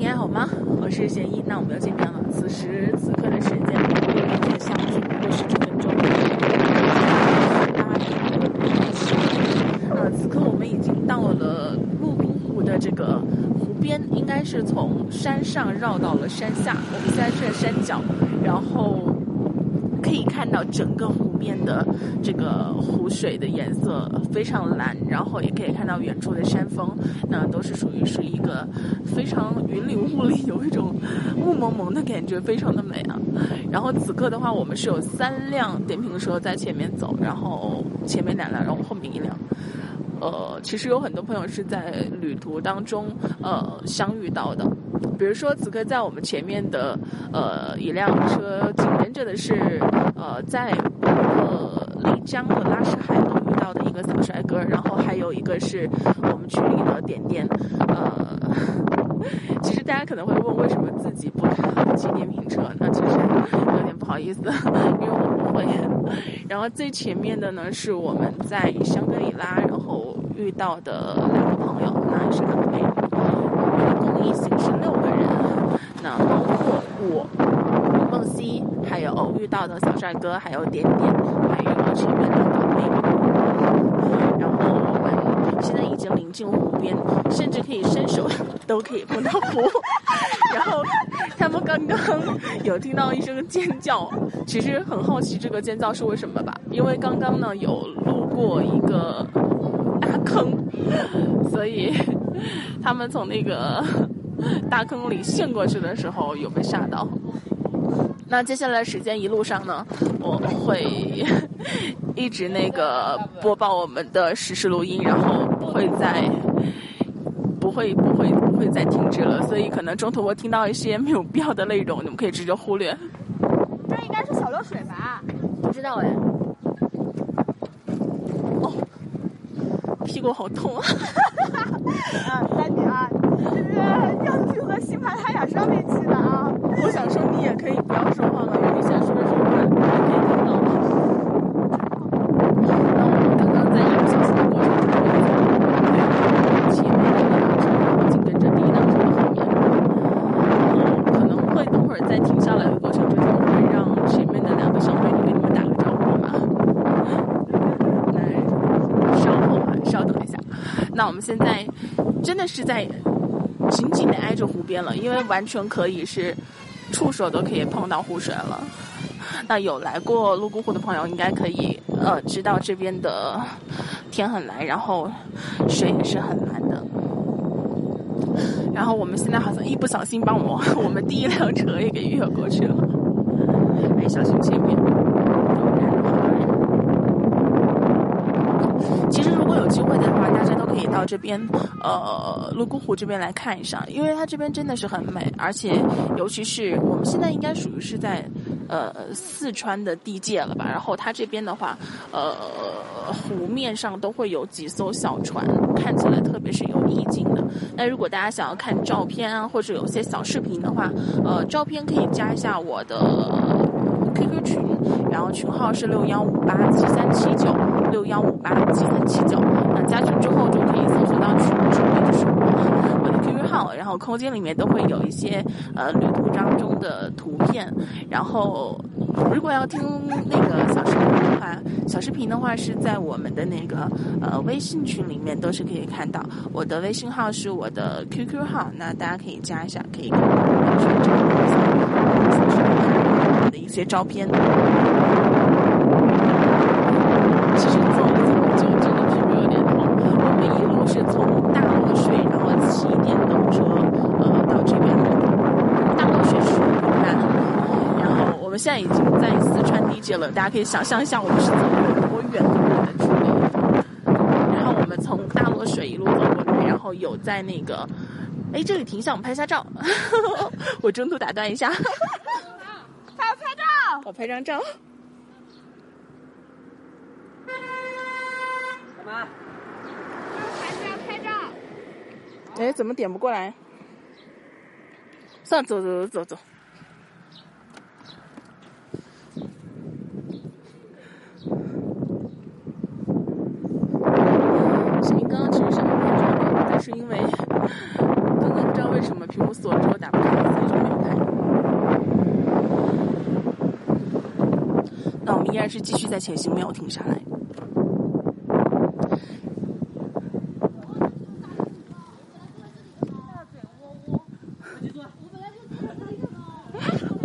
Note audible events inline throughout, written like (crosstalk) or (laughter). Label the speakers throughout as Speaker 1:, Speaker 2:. Speaker 1: 家好吗？我是贤一，那我们又见面了。此时此刻的时间，我们每天相距不过十几分钟。呃，此刻我们已经到了泸沽湖的这个湖边，应该是从山上绕到了山下。我们现在是在山脚，然后可以看到整个湖面的这个湖水的颜色非常蓝，然后也可以看到远处的山峰，那都是属于是一个非常云里雾里，有一种雾蒙蒙的感觉，非常的美啊。然后此刻的话，我们是有三辆电瓶车在前面走，然后前面两辆，然后后面一辆。呃，其实有很多朋友是在旅途当中呃相遇到的，比如说此刻在我们前面的呃一辆车，紧跟着的是呃在呃丽江和拉什海都遇到的一个小帅哥，然后还有一个是我们群里的点点，呃。 (laughs) 其实大家可能会问，为什么自己不骑电瓶车呢？其实有点不好意思，因为我不会。然后最前面的呢，是我们在香格里拉然后遇到的两个朋友，那也是两位，我们共一行是六个人，那包括我、梦溪，还有遇到的小帅哥，还有点点，还有前面的港妹。然后我们现在已经临近湖边，甚至可以伸手 (laughs) 都可以碰到湖。 (laughs) 然后他们刚刚有听到一声尖叫，其实很好奇这个尖叫是为什么吧？因为刚刚呢有路过一个大坑，所以他们从那个大坑里陷过去的时候有被吓到。那接下来时间一路上呢，我会 (laughs) 一直那个播报我们的实时录音，然后不会再不会不会不会再停止了，所以可能中途会听到一些没有必要的内容，你们可以直接忽略。
Speaker 2: 这应该是小流水吧？
Speaker 3: 不知道哎，
Speaker 1: 屁股好痛啊！
Speaker 2: 啊，丹姐啊，这是要去和喜马拉雅上面去的啊。
Speaker 1: 我想说你也可以不要说话了，因为你现在说着说着可以听到了。那我们刚刚在一不小心的过程中，对，前面的那辆车然后紧跟着第一辆车的后面，然后可能会等会儿在停下来的过程之中，会让前面的两个小美女给你们打个招呼吧。那稍后啊，稍等一下。那我们现在真的是在紧紧的挨着湖边了，因为完全可以是触手都可以碰到湖水了。那有来过泸沽湖的朋友，应该可以呃知道这边的天很蓝，然后水也是很蓝的。然后我们现在好像一不小心把我 (laughs) 我们第一辆车也给越过去了，哎，小心前面。其实如果有机会的话，大家都可以到这边，呃，泸沽湖这边来看一下，因为它这边真的是很美，而且尤其是我们现在应该属于是在呃四川的地界了吧，然后它这边的话，呃，湖面上都会有几艘小船，看起来特别是有意境的。那如果大家想要看照片啊，或者有些小视频的话，呃，照片可以加一下我的 QQ 群，然后群号是六幺五八七三七九六幺五八七三七九。那加群之后就可以搜索到群主，也就是我我的 QQ 号，然后空间里面都会有一些呃旅途当中的图片。然后如果要听那个小视频的话，小视频的话是在我们的那个呃微信群里面都是可以看到。我的微信号是我的 QQ 号，那大家可以加一下，可以看到我的群这个东西。的一些照片。其实走了这么久，真的屁股有点痛。我们一路是从大洛水，然后骑电动车呃到这边的。大洛水是湖南，然后我们现在已经在四川地界了，大家可以想象一下我们是走了有多远多远的距离。然后我们从大洛水一路走过来，然后有在那个。哎，这里停一下，我们拍一下照。 (laughs) 我中途打断一下。
Speaker 2: 拍拍照，
Speaker 1: 我拍张照。
Speaker 2: 孩子要拍照。
Speaker 1: 哎，怎么点不过来？算了，走走走走走。 (laughs) 小明刚刚其实想拍照，但是因为刚刚不知道为什么屏幕死锁了之后打不开，所以就没有开。那我们依然是继续在前行，没有停下来。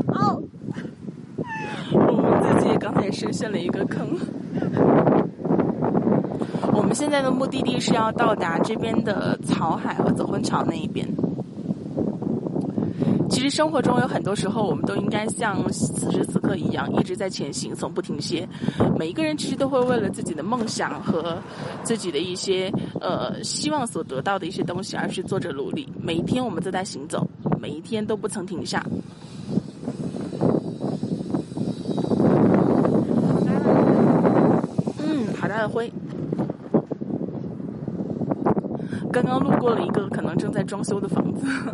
Speaker 2: 哦，
Speaker 1: (laughs) 我们自己刚才深陷了一个坑。我们现在的目的地是要到达这边的草海和走婚桥那一边。其实生活中有很多时候，我们都应该像此时此刻一样，一直在前行，从不停歇。每一个人其实都会为了自己的梦想和自己的一些呃希望所得到的一些东西而去做着努力。每一天我们都在行走，每一天都不曾停下。嗯，好大的灰。刚刚路过了一个可能正在装修的房子。 (laughs)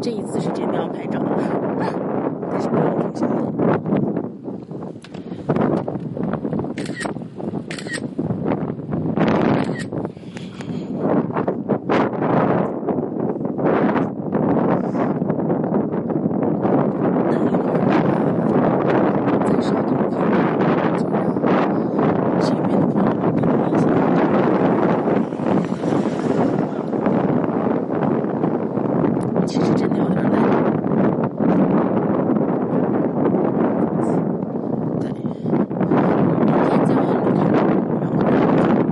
Speaker 1: 这一次是真的要拍照， (laughs) 但是不要停下来。再稍等一会儿，就让前面的朋友们跟我们一起拍照。其实真的有点累。对，明天再往里看，然后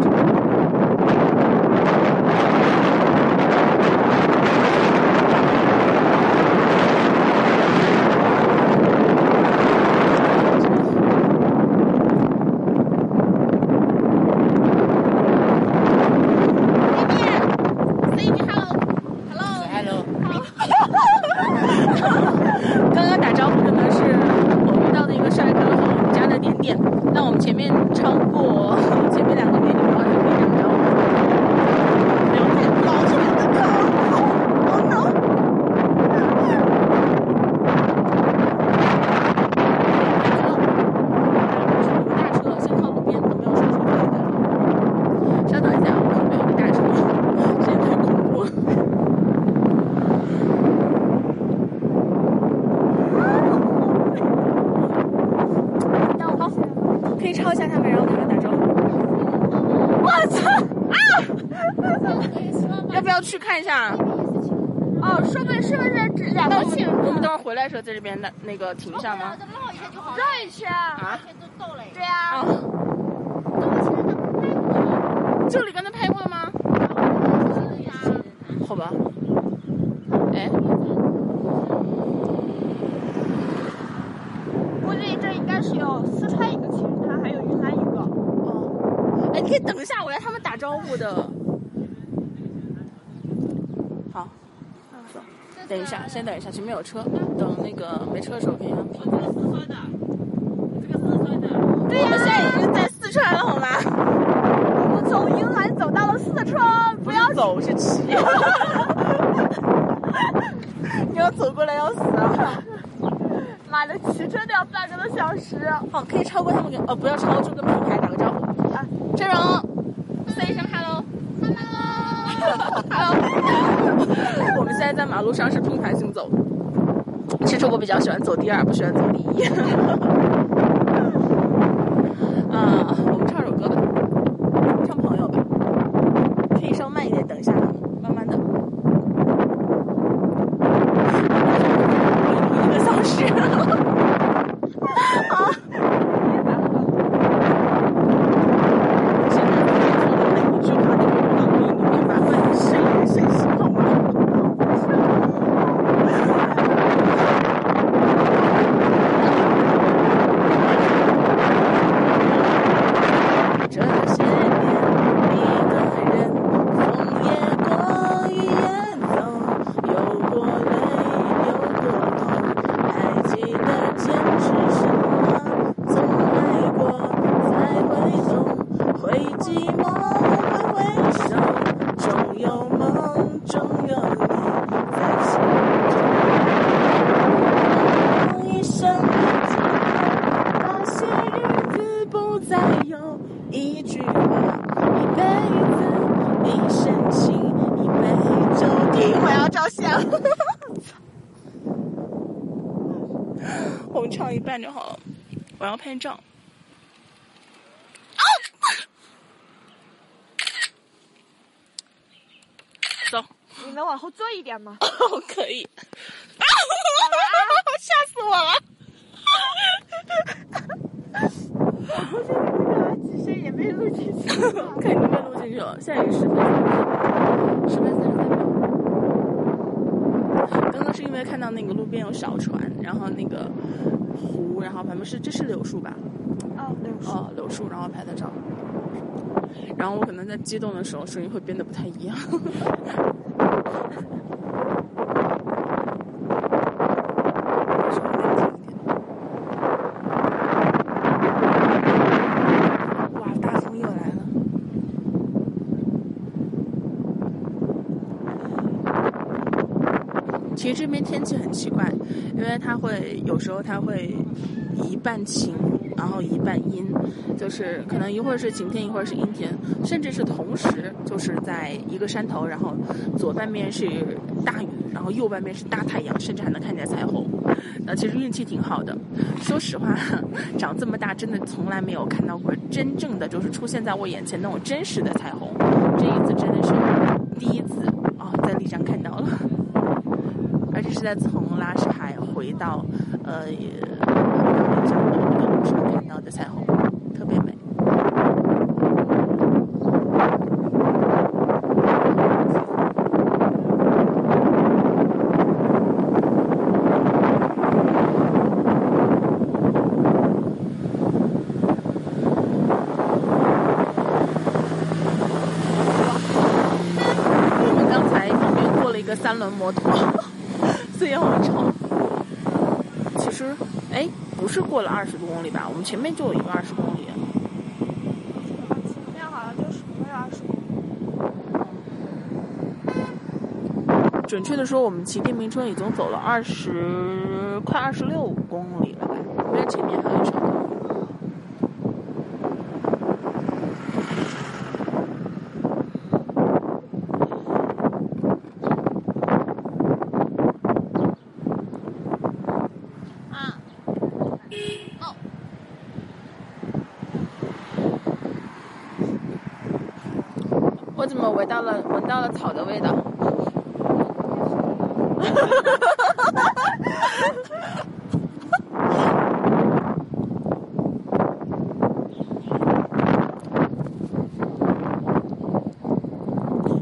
Speaker 1: 再往里走。
Speaker 2: baby hello，hello，
Speaker 1: Hello，刚刚打招呼的呢是我们遇到的一个帅哥和我们家的点点。那我们前面超过前面两个点点的话，就可以打招呼。没有太
Speaker 2: 老师的课好好恼。
Speaker 1: 大车，先靠路边，都没有说出来的。稍等一下，我们有一个大车，这也太恐怖了。
Speaker 2: 但我告诉你，
Speaker 1: 可以抄一下他们，然后跟他打招呼。
Speaker 2: 我操！
Speaker 1: 要不要去看一下？
Speaker 2: 哦，说不定是不是这两
Speaker 1: 那
Speaker 2: 个
Speaker 1: 我们嗯
Speaker 2: 情
Speaker 1: 我们
Speaker 2: 侣
Speaker 1: 等会儿回来的时候在这边那那个停一下吗？
Speaker 3: 绕一圈就好了，
Speaker 2: 绕一圈？
Speaker 1: 啊
Speaker 2: 对呀、
Speaker 1: 啊，这里跟他拍过吗？好吧。哎，
Speaker 2: 估计这应该是有四川一个情侣，还有云南一个。
Speaker 1: 哦，哎，你可以等一下，我来他们打招呼的。好，走，等一下，先等一下，前面有车，等那个没车的时候可以啊让他们停。
Speaker 2: 对呀、
Speaker 1: 我们现在已经在四川了，好吗？
Speaker 2: 我从云南走到了四川，不要
Speaker 1: 走，是骑。 (laughs) 你要走过来要死啊！
Speaker 2: 妈的骑车都要半个多小时。
Speaker 1: 好，可以超过他们给，呃，不要超，就跟品牌打个招呼。
Speaker 2: 啊，
Speaker 1: 郑荣，say 一声 hello。hello。我们现在在马路上是并排行走，其实我比较喜欢走第二，不喜欢走第一。 (laughs) 啊，我们唱首歌吧，唱朋友吧，可以稍慢一点，等一下，啊慢慢的。 (laughs) 一个小时。现在做的每一句话都会让你你会麻烦你身人身心，好吗？不再有一句话，一辈子，一生情，一杯酒。
Speaker 2: 停，我要照相。
Speaker 1: (laughs) 我们唱一半就好了，我要拍照。走， (laughs)
Speaker 2: 你能往后坐一点吗？
Speaker 1: 哦，可以。 (laughs) 吓死我了！
Speaker 2: 我这个不是啊几声也没录进去。
Speaker 1: (laughs) 看你被录进去了，现在也十分十分三十三秒。刚刚是因为看到那个路边有小船，然后那个湖，然后旁边是这是柳树吧？
Speaker 2: 啊，六十。
Speaker 1: 哦，柳树，然后拍的照。然后我可能在激动的时候声音会变得不太一样。 (laughs) 稍微冷静一点哇，大风又来了。其实这边天气很奇怪，因为它会有时候它会一半晴，然后一半阴，就是可能一会儿是晴天，一会儿是阴天，甚至是同时就是在一个山头，然后左半边是大雨，然后右半边是大太阳，甚至还能看见彩虹。呃，其实运气挺好的。说实话，长这么大真的从来没有看到过真正的就是出现在我眼前那种真实的彩虹，这一次真的是第一次啊、在丽江看到了。而且是在从拉什海回到呃回到丽江的那个路上看到的彩虹，特别美。我们刚才旁边过了一个三轮摩托，虽然很吵。其实，哎，不是过了二十多公里吧？我们前面就有一个二十公里。
Speaker 2: 前面好像就是没有二十。
Speaker 1: 准确的说，我们骑电瓶车已经走了二十快二十六公里了吧？因为前面还有长途。
Speaker 2: 啊。哦。
Speaker 1: 我怎么闻到了闻到了草的味道？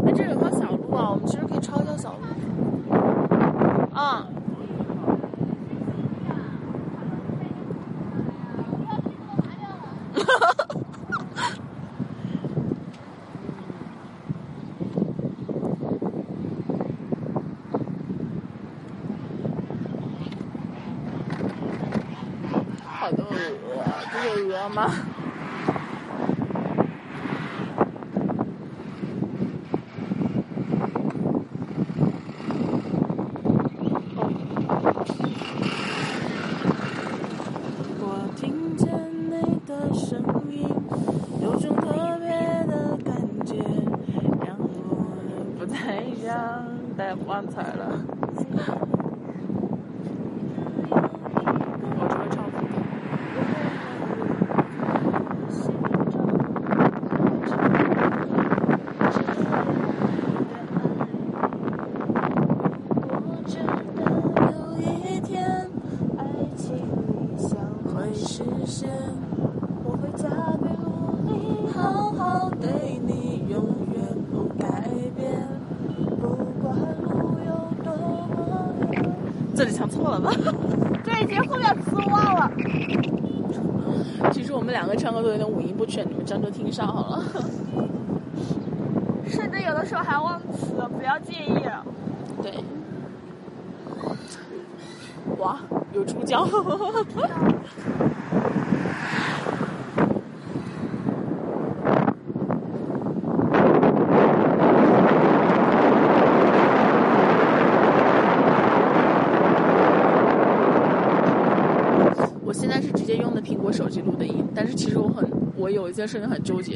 Speaker 1: 哎，这有条小路啊，我们其实可以抄一条小路。
Speaker 2: 啊。
Speaker 1: 好的，我有鹅吗？我听见你的声音，有种特别的感觉，让我不太想再忘词儿 (laughs) 了。我只会唱副歌。有一天，会实现，好好对你，永远不改变。这里唱错了吧？ (laughs)
Speaker 2: 对，节后面词忘了。
Speaker 1: 其实我们两个唱歌都有点五音不全，你们漳州听上好了。
Speaker 2: 甚至有的时候还忘词，不要介意。
Speaker 1: 对。哇，有猪叫！我现在是直接用的苹果手机录的音，但是其实我很我有一件事情很纠结，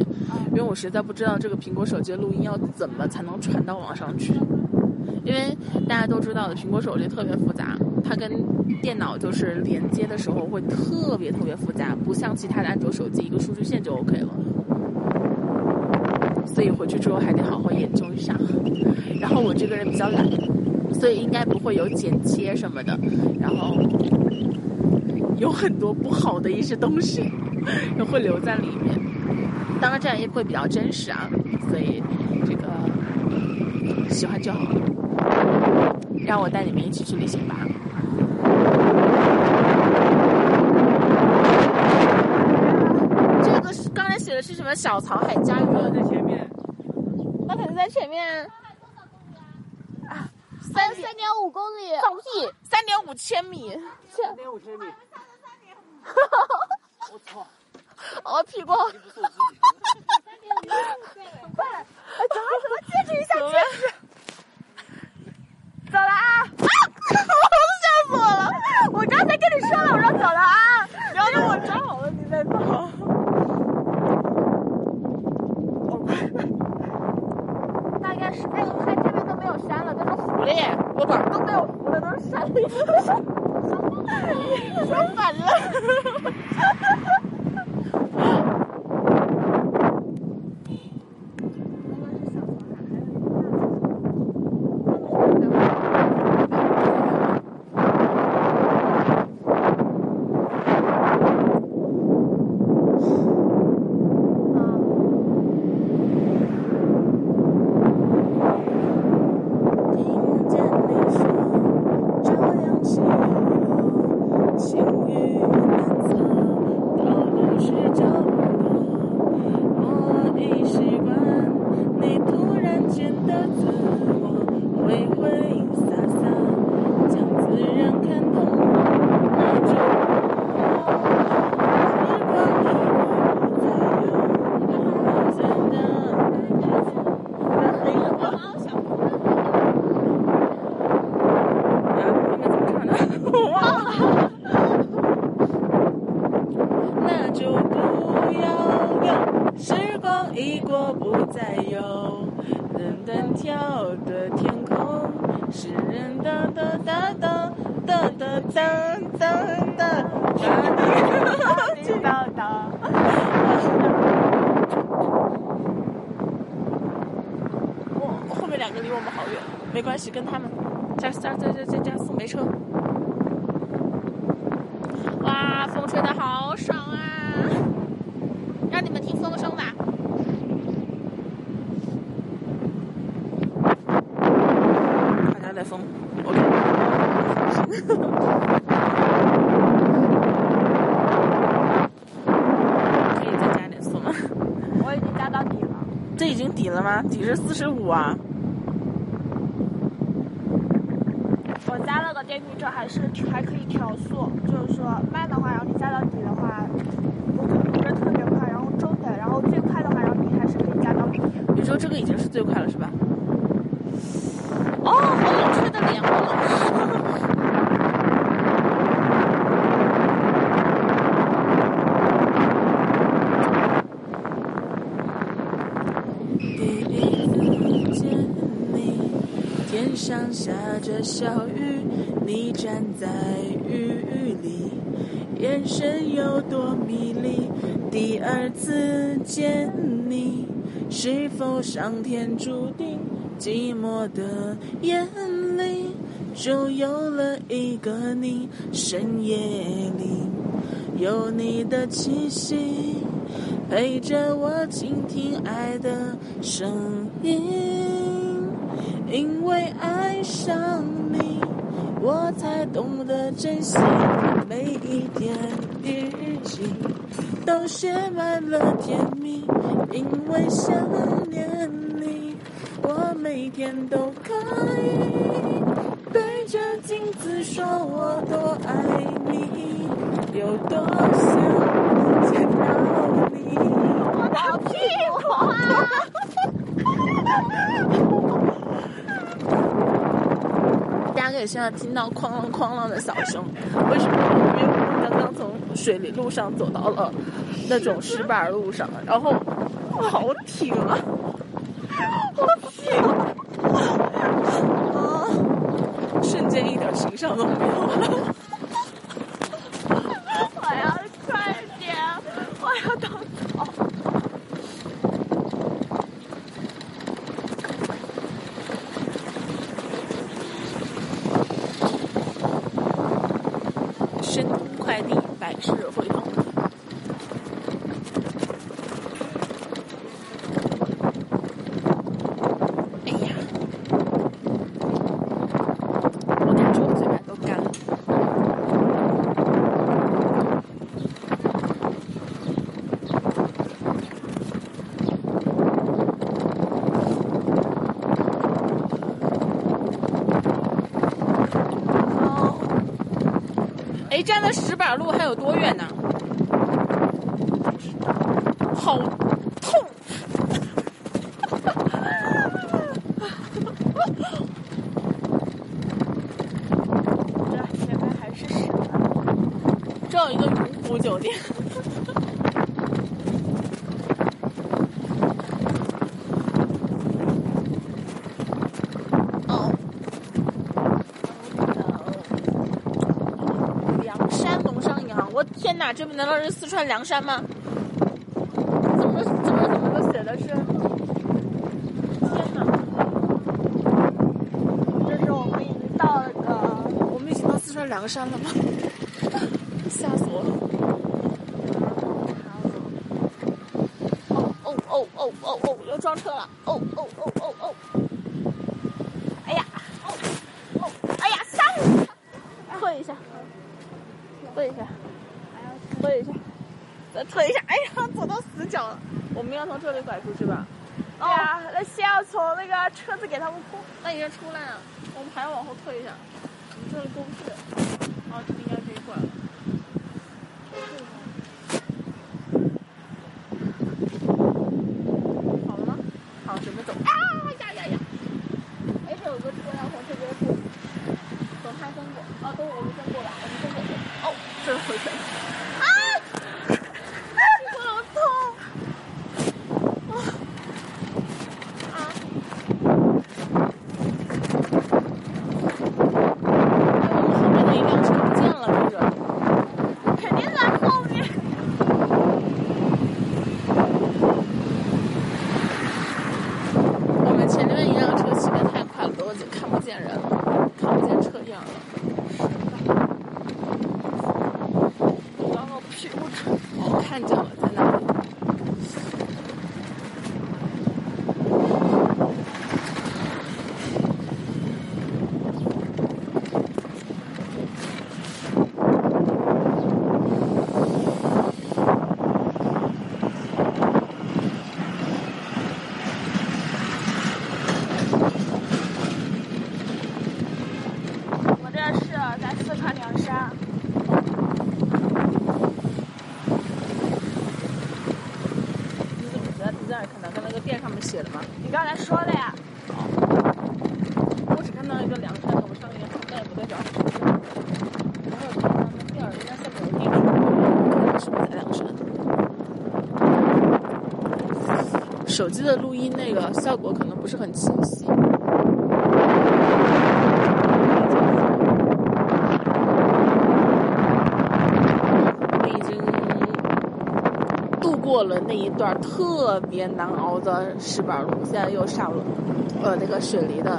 Speaker 1: 因为我实在不知道这个苹果手机的录音要怎么才能传到网上去。因为大家都知道的，苹果手机特别复杂，它跟电脑就是连接的时候会特别特别复杂，不像其他的安卓手机一个数据线就 OK 了。所以回去之后还得好好研究一下。然后我这个人比较懒，所以应该不会有剪切什么的。然后有很多不好的一些东西会留在里面，当然这样也会比较真实啊。所以这个喜欢就好。让我带你们一起去旅行吧。这个是刚才写的是什么？小草海家园
Speaker 2: 在前面，
Speaker 1: 那可能在前面啊
Speaker 3: 三三点五公里，
Speaker 1: 放屁，三点五千米，
Speaker 2: 三点五
Speaker 1: (laughs)
Speaker 2: 千米，我操，
Speaker 1: 我屁股。
Speaker 2: 你不是我自
Speaker 1: (laughs)
Speaker 2: 己。
Speaker 1: 哎怎么办？ (laughs)
Speaker 2: 走了啊！
Speaker 1: 吓死我了！
Speaker 2: 我刚才跟你说了，我说走了啊，然后我抓好了，你再走。
Speaker 3: 大概是哎，你看这边都没有山了，都是湖
Speaker 1: 我的眼，我管
Speaker 3: 都没有湖了，都是山。
Speaker 1: 说反了。
Speaker 4: 听见你说，朝阳西落，星雨难测，道路是找不到。我已习惯你突然间的自我，挥挥洒洒，将自然看透。那就时光一过不再有，我真的爱着你。啊，后面怎么唱的？我忘了。那就不要留，时光一过不再有。噔噔跳的天空，是人哒哒哒哒哒哒哒哒哒。把你
Speaker 2: 知道的。
Speaker 1: 我后面两个离我们好远，没关系，跟他们。加加加加加加速没车。哇，风吹的好爽啊！让你们听风声吧。大家在风，OK。可以再加点速吗？
Speaker 2: 我已经加到底了。
Speaker 1: 这已经底了吗？底是四十五啊。
Speaker 2: 我加了个电瓶车，还是还可以调速，就是说慢的话，然后你加到底的话，我就不是特别快，然后中等，然后最快的话，然后你还是可以加到底。
Speaker 1: 你说这个已经是最快了，是吧？哦，好冷，吹的脸好冷。
Speaker 4: 第一次见你，天上下着小雨，你站在雨里，眼神有多迷离。第二次见你，是否上天注定，寂寞的眼里就有了一个你？深夜里有你的气息。陪着我倾听爱的声音，因为爱上你，我才懂得珍惜每一天日记，都写满了甜蜜，因为想念你，我每天都可以对着镜子说我多爱你，有多想见到你。
Speaker 1: 大家可以现在听到哐啷哐啷的小声，为什么？因为我们刚刚从水泥路上走到了那种石板路上，然后好挺啊，好挺啊，瞬间一点情商都没有了。
Speaker 2: 我要快点，我要到走。
Speaker 1: 申通快递，百世汇通。哎呀，我感觉我嘴巴都干了。哎，站在石板路还有多远呢？好痛！
Speaker 2: 这前面还是什么？
Speaker 1: 这有一个芜湖酒店。哦，梁山农商银啊行，我天哪，这难道是四川凉山吗？怎么怎么怎么都写的是？天哪！
Speaker 2: 这是我们已经到了个
Speaker 1: 我们已经到四川凉山了吗？ (laughs) 吓死我了！哦哦哦哦哦，要撞车了！哦哦哦哦哦！
Speaker 2: 哎呀，哦哦，哎呀，上一下，
Speaker 1: 退一下，退一下，退一下，再退一下！哎呀，走到死角了！我们要从这里拐出去吧？
Speaker 2: 对呀，那先要从那个车子给他们过。
Speaker 1: 那已经出来了，我们还要往后退一下。我们这里过不去。哦，这应该可以拐了。好了吗？好，准备走。
Speaker 2: 啊呀呀呀！哎，这有个车要从这边过，等他先过。哦，等我们先过吧，我们先过。
Speaker 1: 哦，这是回旋。
Speaker 2: 好痛！
Speaker 1: 哎，我们后面的一辆车不见了，是不
Speaker 2: 肯定在后面。
Speaker 1: 是？我们前面一辆车骑得太快了，都已经看不见人了，看不见车样了。
Speaker 2: 然后屁股疼。
Speaker 1: 我哦看见了，在那里。
Speaker 2: 我们这是在四川凉山，
Speaker 1: 你怎么在在那儿看到？在那个店上面写的吗？
Speaker 2: 你刚才说的呀？
Speaker 1: 我只看到一个梁山楼上银行，但也不代表是不是。然后我看到那店儿，应该下面有地址，看看是不是在梁山。手机的录音那个效果可能不是很清晰。我们已经度过了那一段特别难熬的石板路，现在又上了呃那个雪梨的，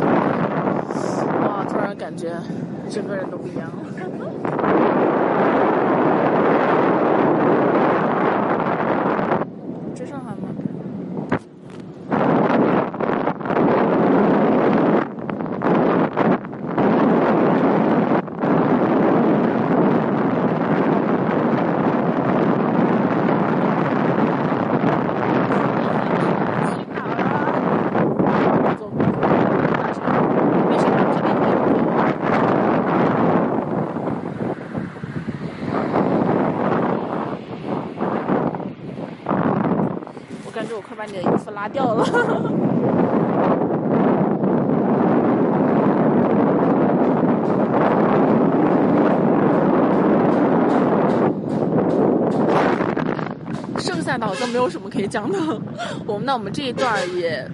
Speaker 1: 哇！突然感觉整个人都不一样了。这上海吗？坐公交打车为什么这边没有人我感觉我快把你的衣服拉掉了。 (laughs) 到好像没有什么可以讲的。 (laughs) 我们那我们这一段儿也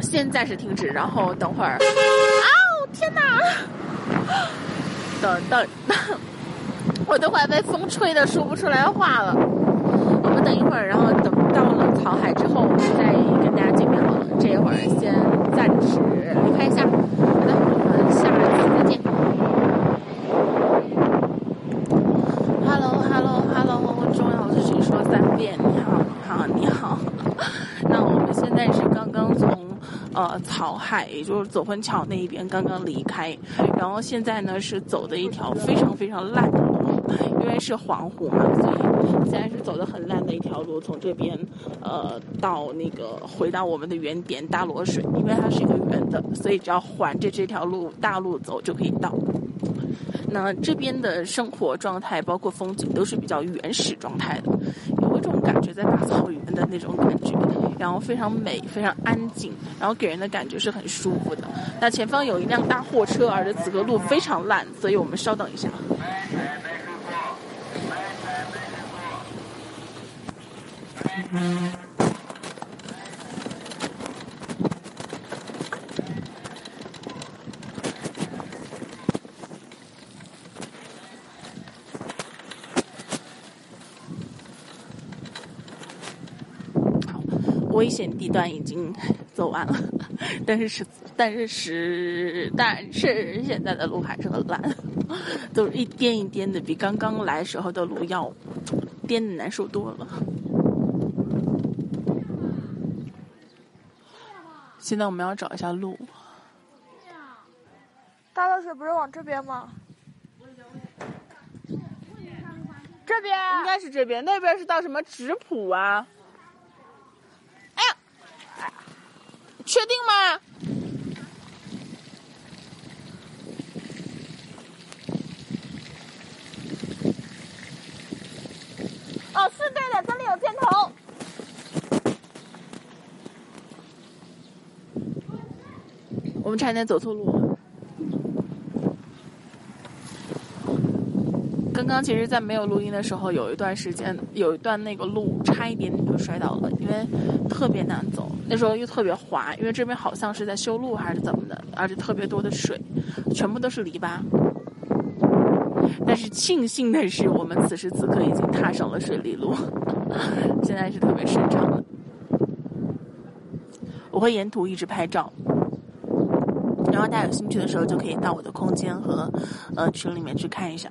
Speaker 1: 先暂时停止，然后等会儿，啊、哦，天哪！等等，我都快被风吹的说不出来话了。我们等一会儿，然后等到了草海之后，我们再跟大家见面好了。这一会儿先暂时离开一下，好的，我们下次再见。Hello Hello Hello，重要事情说三遍。你好，你好，你好。 (laughs) 那我们现在是刚刚从呃草海，也就是左魂桥那一边刚刚离开，然后现在呢是走的一条非常非常烂的路，因为是环湖嘛，所以现在是走的很烂的一条路，从这边呃到那个回到我们的原点大罗水，因为它是一个圆的，所以只要环着这条路大路走就可以到。那这边的生活状态，包括风景，都是比较原始状态的，有一种感觉在大草原的那种感觉，然后非常美，非常安静，然后给人的感觉是很舒服的。那前方有一辆大货车，而且此刻路非常烂，所以我们稍等一下。危险地段已经走完了， (laughs) 但是是但是是但是现在的路还是很烂， (laughs) 都是一颠一颠的，比刚刚来时候的路要颠的难受多了。现在我们要找一下路，
Speaker 2: 大热水不是往这边吗？这边
Speaker 1: 应该是这边，那边是到什么直浦啊？哎确定吗？
Speaker 2: 哦，是对的，这里有箭头。
Speaker 1: 我们差点走错路了。刚刚其实，在没有录音的时候，有一段时间，有一段那个路差一点点就摔倒了，因为特别难走。那时候又特别滑，因为这边好像是在修路还是怎么的，而且特别多的水，全部都是篱笆。但是庆幸的是，我们此时此刻已经踏上了水利路， (laughs) 现在是特别顺畅的。我会沿途一直拍照。然后大家有兴趣的时候，就可以到我的空间和呃群里面去看一下。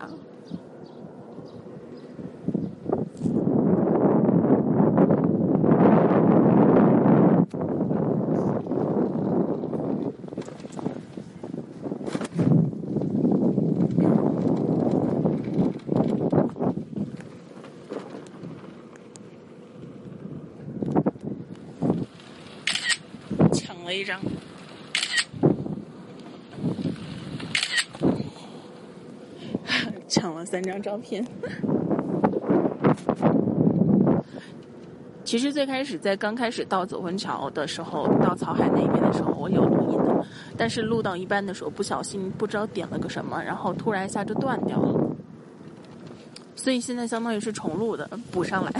Speaker 1: 抢了一张。抢了三张照片。 (laughs) 其实最开始在刚开始到走婚桥的时候，到草海那边的时候，我有录音的，但是录到一半的时候不小心不知道点了个什么，然后突然一下就断掉了，所以现在相当于是重录的，补上来。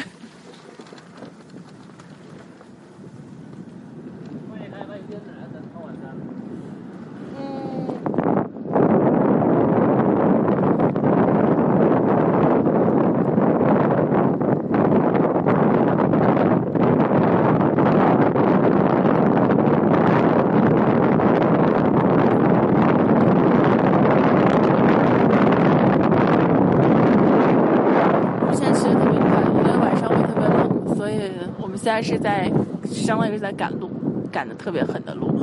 Speaker 1: 我们现在骑的特别快，因为晚上会特别冷，所以我们现在是在相当于是在赶路，赶的特别狠的路。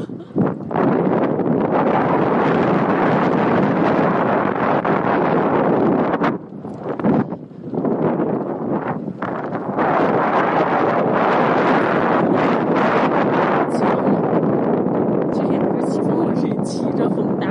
Speaker 1: 骑风了，这也不是骑风了，是骑着风打。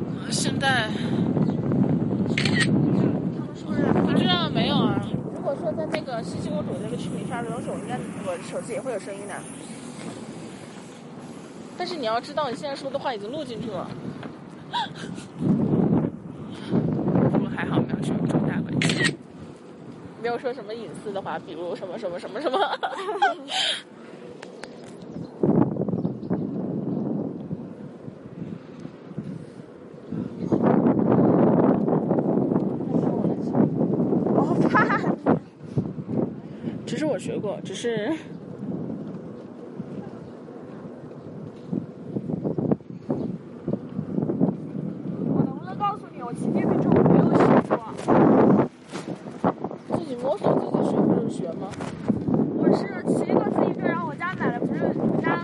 Speaker 1: 啊
Speaker 2: 说在那个西西公主那个曲名上，有时候应该我手机也会有声音的。
Speaker 1: 但是你要知道，你现在说的话已经录进去了。不过还好没有什么重大问题，没有说什么隐私的话，比如什么什么什么 (laughs) 什么。
Speaker 2: 哦，怕。
Speaker 1: 只是我学过，只是
Speaker 2: 我能不能告诉你，我骑电瓶车我没有学过，
Speaker 1: 自己摸索自己学不就学吗？
Speaker 2: 我是骑一个自行车，然后我家买了，不是我们家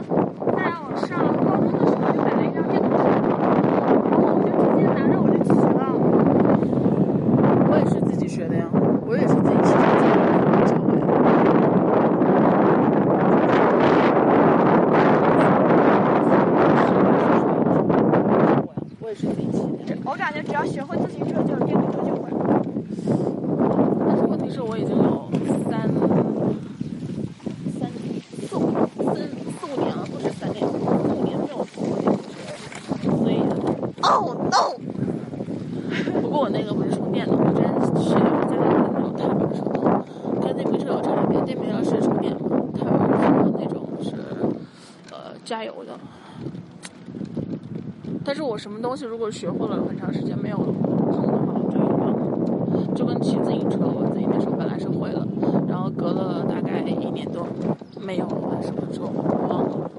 Speaker 2: 在我上高中的时候就买了一辆电动车，然后我就直接拿着我就骑了。
Speaker 1: 我也是自己学的呀，我也是自己骑自行车教会的。我也是自己骑的，
Speaker 2: 我感觉只要学会自行车，就有电瓶车就会。
Speaker 1: 但是问题是我已经有三三四五四四五年了，不止三年，四五年没有坐过电动车了，所以
Speaker 2: Oh no！
Speaker 1: 不过我那个不是充电的，我之前是有家里的那种踏板车的，跟电瓶车有差别。电瓶车是充电的，踏板车那种是呃加油的。但是我什么东西如果学会了很长时间没有碰的话，我就会忘了。就跟骑自行车，我自己那时候本来是会了，然后隔了大概一年多没有了还是什么之后我忘了。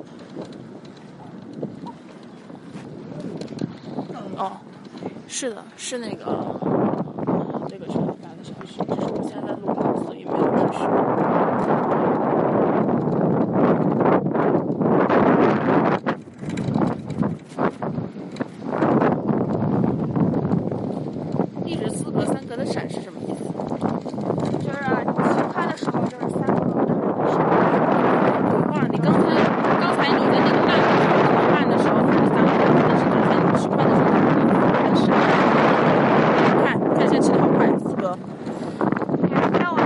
Speaker 1: 哦，是的，是那个那个去老家的小区，只是我现在在录音，所以没有继续。一直四格三格的闪是什么意思？
Speaker 2: 就是啊骑快的时候就是三个，但是
Speaker 1: 哇，你刚才刚才你在那个慢慢的时候是三个，但是刚才你吃饭的时候是三个，看看现在吃的好快，四格，
Speaker 2: 你看我，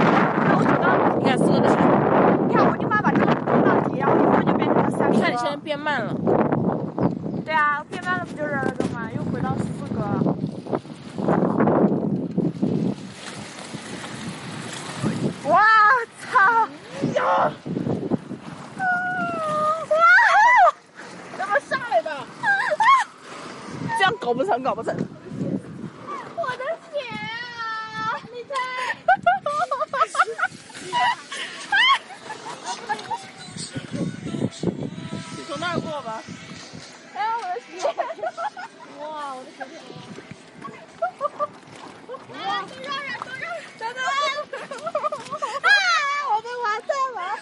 Speaker 2: 我走到，
Speaker 1: 你看四格的闪。
Speaker 2: 你看我立马把这个弄到底，然后一会儿就变成了三十
Speaker 1: 那你现在变慢了，
Speaker 2: 对啊，变慢了不就是那个吗？又回到四个。哇操！呀！ (laughs) 啊！哇！
Speaker 1: 让他上来吧，这样搞不成，搞不成。
Speaker 2: 我的血啊！你在。
Speaker 1: 你从那儿过吧。
Speaker 2: 哎，我的鞋！
Speaker 3: 哇，我的鞋子，
Speaker 2: 啊！都让人，都让人！等等！啊！我被玩赛了！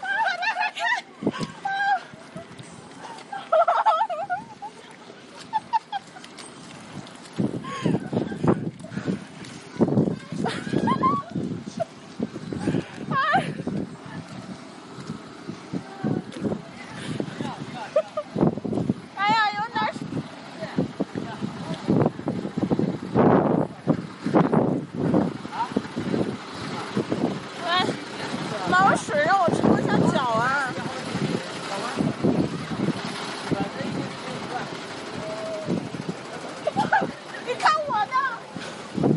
Speaker 2: 我在那看。哎呀，有点水。哎，毛水让我冲一下脚啊！你看我的，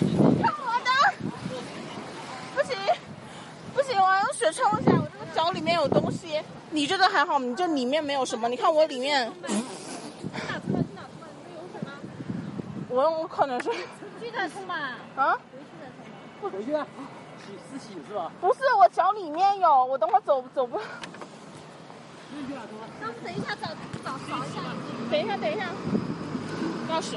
Speaker 2: 你看我的，不行，
Speaker 1: 不行，我要用水冲一下，我这个脚里面有东西。你这个还好，你这里面没有什么。你看我里面，
Speaker 3: 哪出来？哪出来？你们有水吗？
Speaker 1: 我用矿泉水
Speaker 3: 继续再冲吧，
Speaker 1: 啊，
Speaker 3: 回去再冲吧。
Speaker 5: 回去啊，洗自洗是吧？
Speaker 1: 不是我脚里面有，我等会儿走走不。
Speaker 3: 那我们等一下找找找一下。
Speaker 1: 等一下，等一下，钥匙。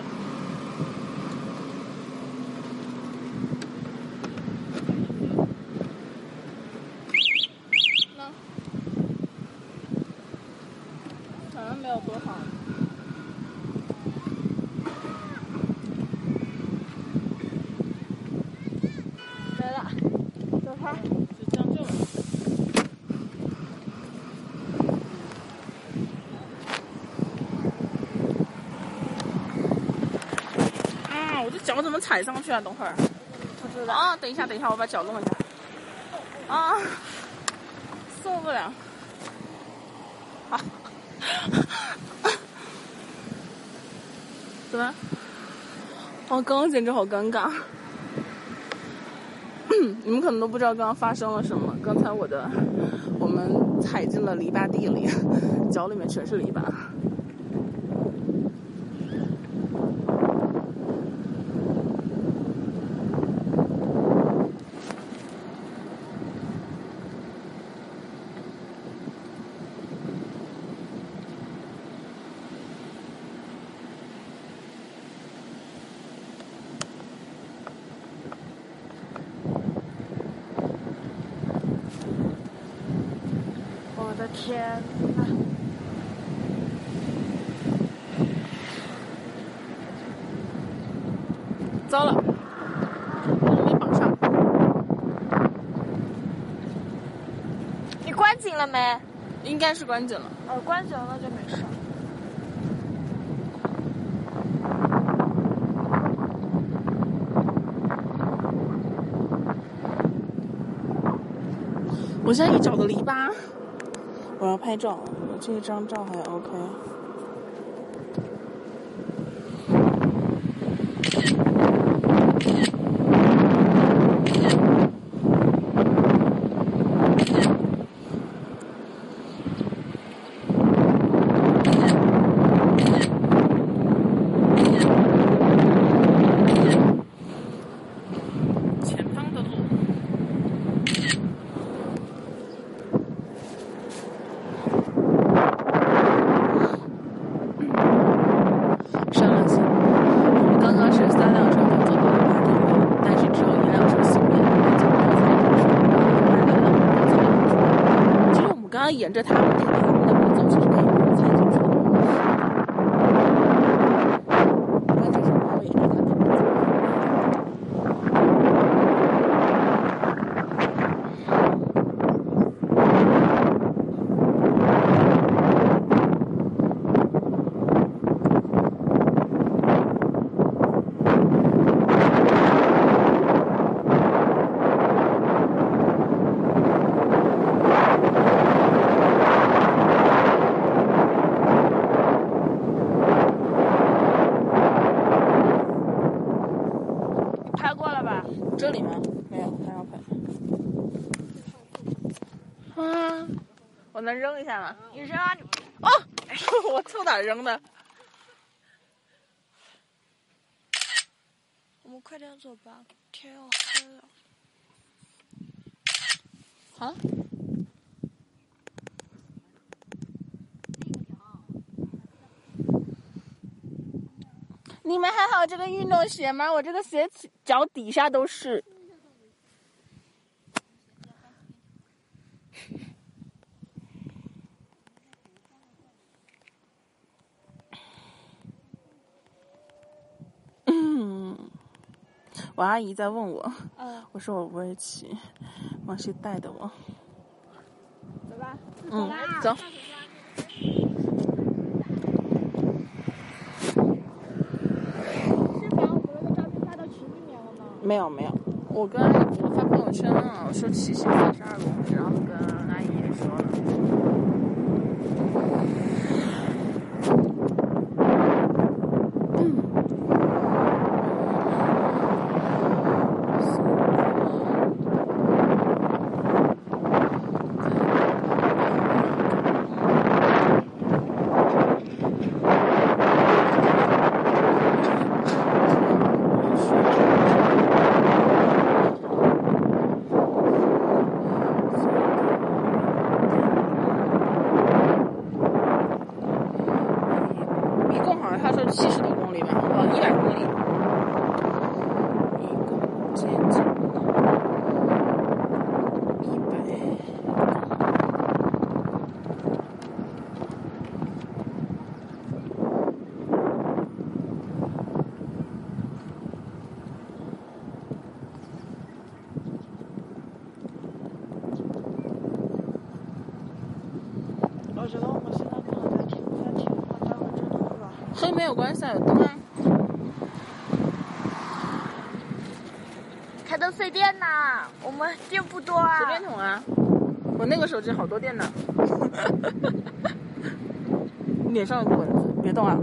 Speaker 1: 呢？好像没有多少。没了，
Speaker 2: 走开。
Speaker 1: 就这样就了。哎啊！我这脚怎么踩上去啊？等会儿。
Speaker 2: 我知道。
Speaker 1: 啊，等一下，等一下，我把脚弄一下。啊，受不了。 (laughs) 啊，怎么？哦，刚刚简直好尴尬。 (clears throat) 你们可能都不知道刚刚发生了什么。刚才我的，我们踩进了篱笆地里，脚里面全是篱笆。
Speaker 2: 我的天呐！
Speaker 1: 糟了，我没绑上。
Speaker 2: 你关紧了没？
Speaker 1: 应该是关紧了。
Speaker 2: 呃，关紧了那就没事。
Speaker 1: 我现在一找个篱笆，我要拍照。我这一张照还 OK。前方的路。山了线。我们刚刚是三辆车都走到了马路边，但是只有一辆车行人，那就没有参与车道，而两辆车参与车道。其实我们刚刚沿着他们这个他们的路走，其实可以不用参与车道。关键是我们沿着他们的路走。
Speaker 2: 你拍过了吧？
Speaker 1: 这里吗？没有，还要拍。啊，我能扔一下吗？
Speaker 2: 你扔啊！你
Speaker 1: 哦， (laughs) 我凑哪儿扔的？
Speaker 3: 我们快点走吧，天要黑了。
Speaker 1: 好。你们还好这个运动鞋吗？我这个鞋起脚底下都是。 (coughs) 嗯，我阿姨在问我，
Speaker 2: 嗯
Speaker 1: 我说我不会骑，王希带的我。
Speaker 2: 走吧。
Speaker 1: 嗯，走。
Speaker 2: 是把我们的照片发到群里面了吗？
Speaker 1: 没有没有，我跟阿姨我发朋友圈了，我说骑行三十二公里，然后跟阿姨也说了。一共好像他说七十多公里吧，哦，一百公里。一共接近一
Speaker 2: 我觉得我们现在不能再停，再停的话，待会儿真的会把
Speaker 1: 百，黑没有关系啊，有灯啊。
Speaker 2: 才都费电呢，我们电不多啊。
Speaker 1: 手电筒啊，我那个手机好多电呢。脸上有个蚊子，别动啊！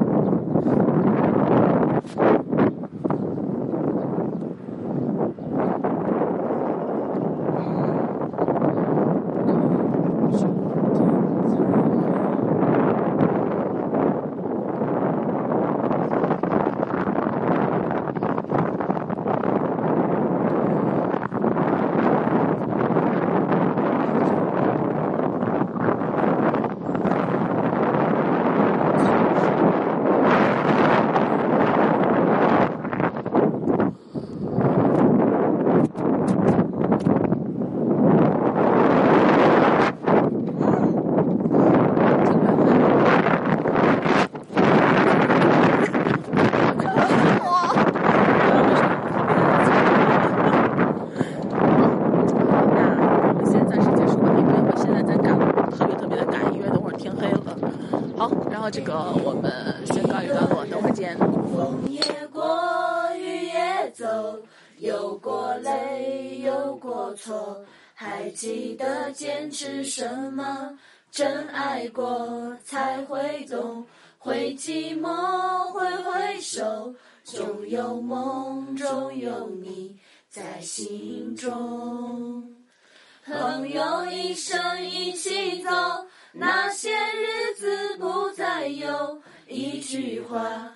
Speaker 1: 那我们先暂时结束吧，因为我现在在赶路，特别特别的赶，因为等会儿天黑了。好，然后这个我们先告一段落，等会儿见。
Speaker 4: 风也过，雨也走，有过泪，有过错，还记得坚持什么？真爱过才会懂，会寂寞，会挥手，总有梦，总有你在心中。朋友一生一起走，那些日子不再有，一句话。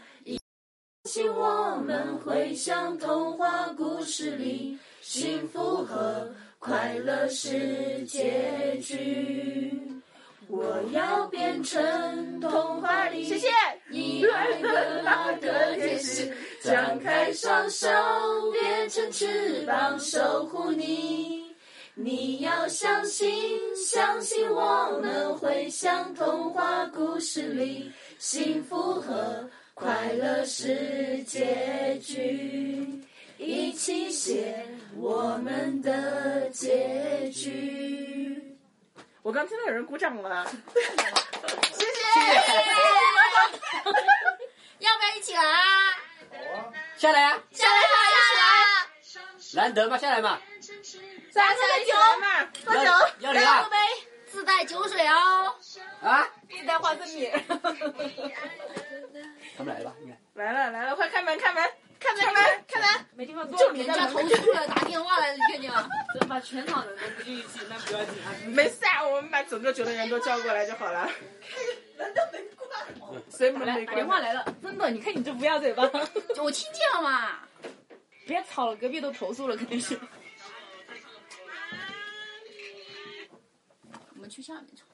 Speaker 4: 相信我们会像童话故事里，幸福和快乐是结局。我要变成童话里谢谢你爱的那个天使，张开双手变成翅膀守护你。你要相信，相信我们会像童话故事里，幸福和快乐是结局。一起写我们的结局。
Speaker 1: 我刚听到有人鼓掌了，
Speaker 3: (laughs) 要不要一起来啊？
Speaker 5: 下来啊呀、
Speaker 3: 下来，下
Speaker 5: 难得嘛，下来嘛，
Speaker 3: 来，下来，酒，
Speaker 5: 喝酒，要零啊
Speaker 3: 喝杯，自带酒水哦。
Speaker 5: 啊，
Speaker 1: 一袋花生米。
Speaker 5: 咱们来吧，你看，
Speaker 1: 来了来了，快开门开门开门开门开门！没地方坐，就你
Speaker 3: 人家投诉了，打电话来了，你确定啊？
Speaker 1: 没事啊，我们把整个九个人都叫过来就好了。 (laughs) 门都没关，谁门没关？
Speaker 6: 电话来了，真的，你看你这乌鸦嘴巴，
Speaker 3: 我听见了嘛？
Speaker 6: 别吵了，隔壁都投诉了，肯定是。
Speaker 3: 我们去下面唱。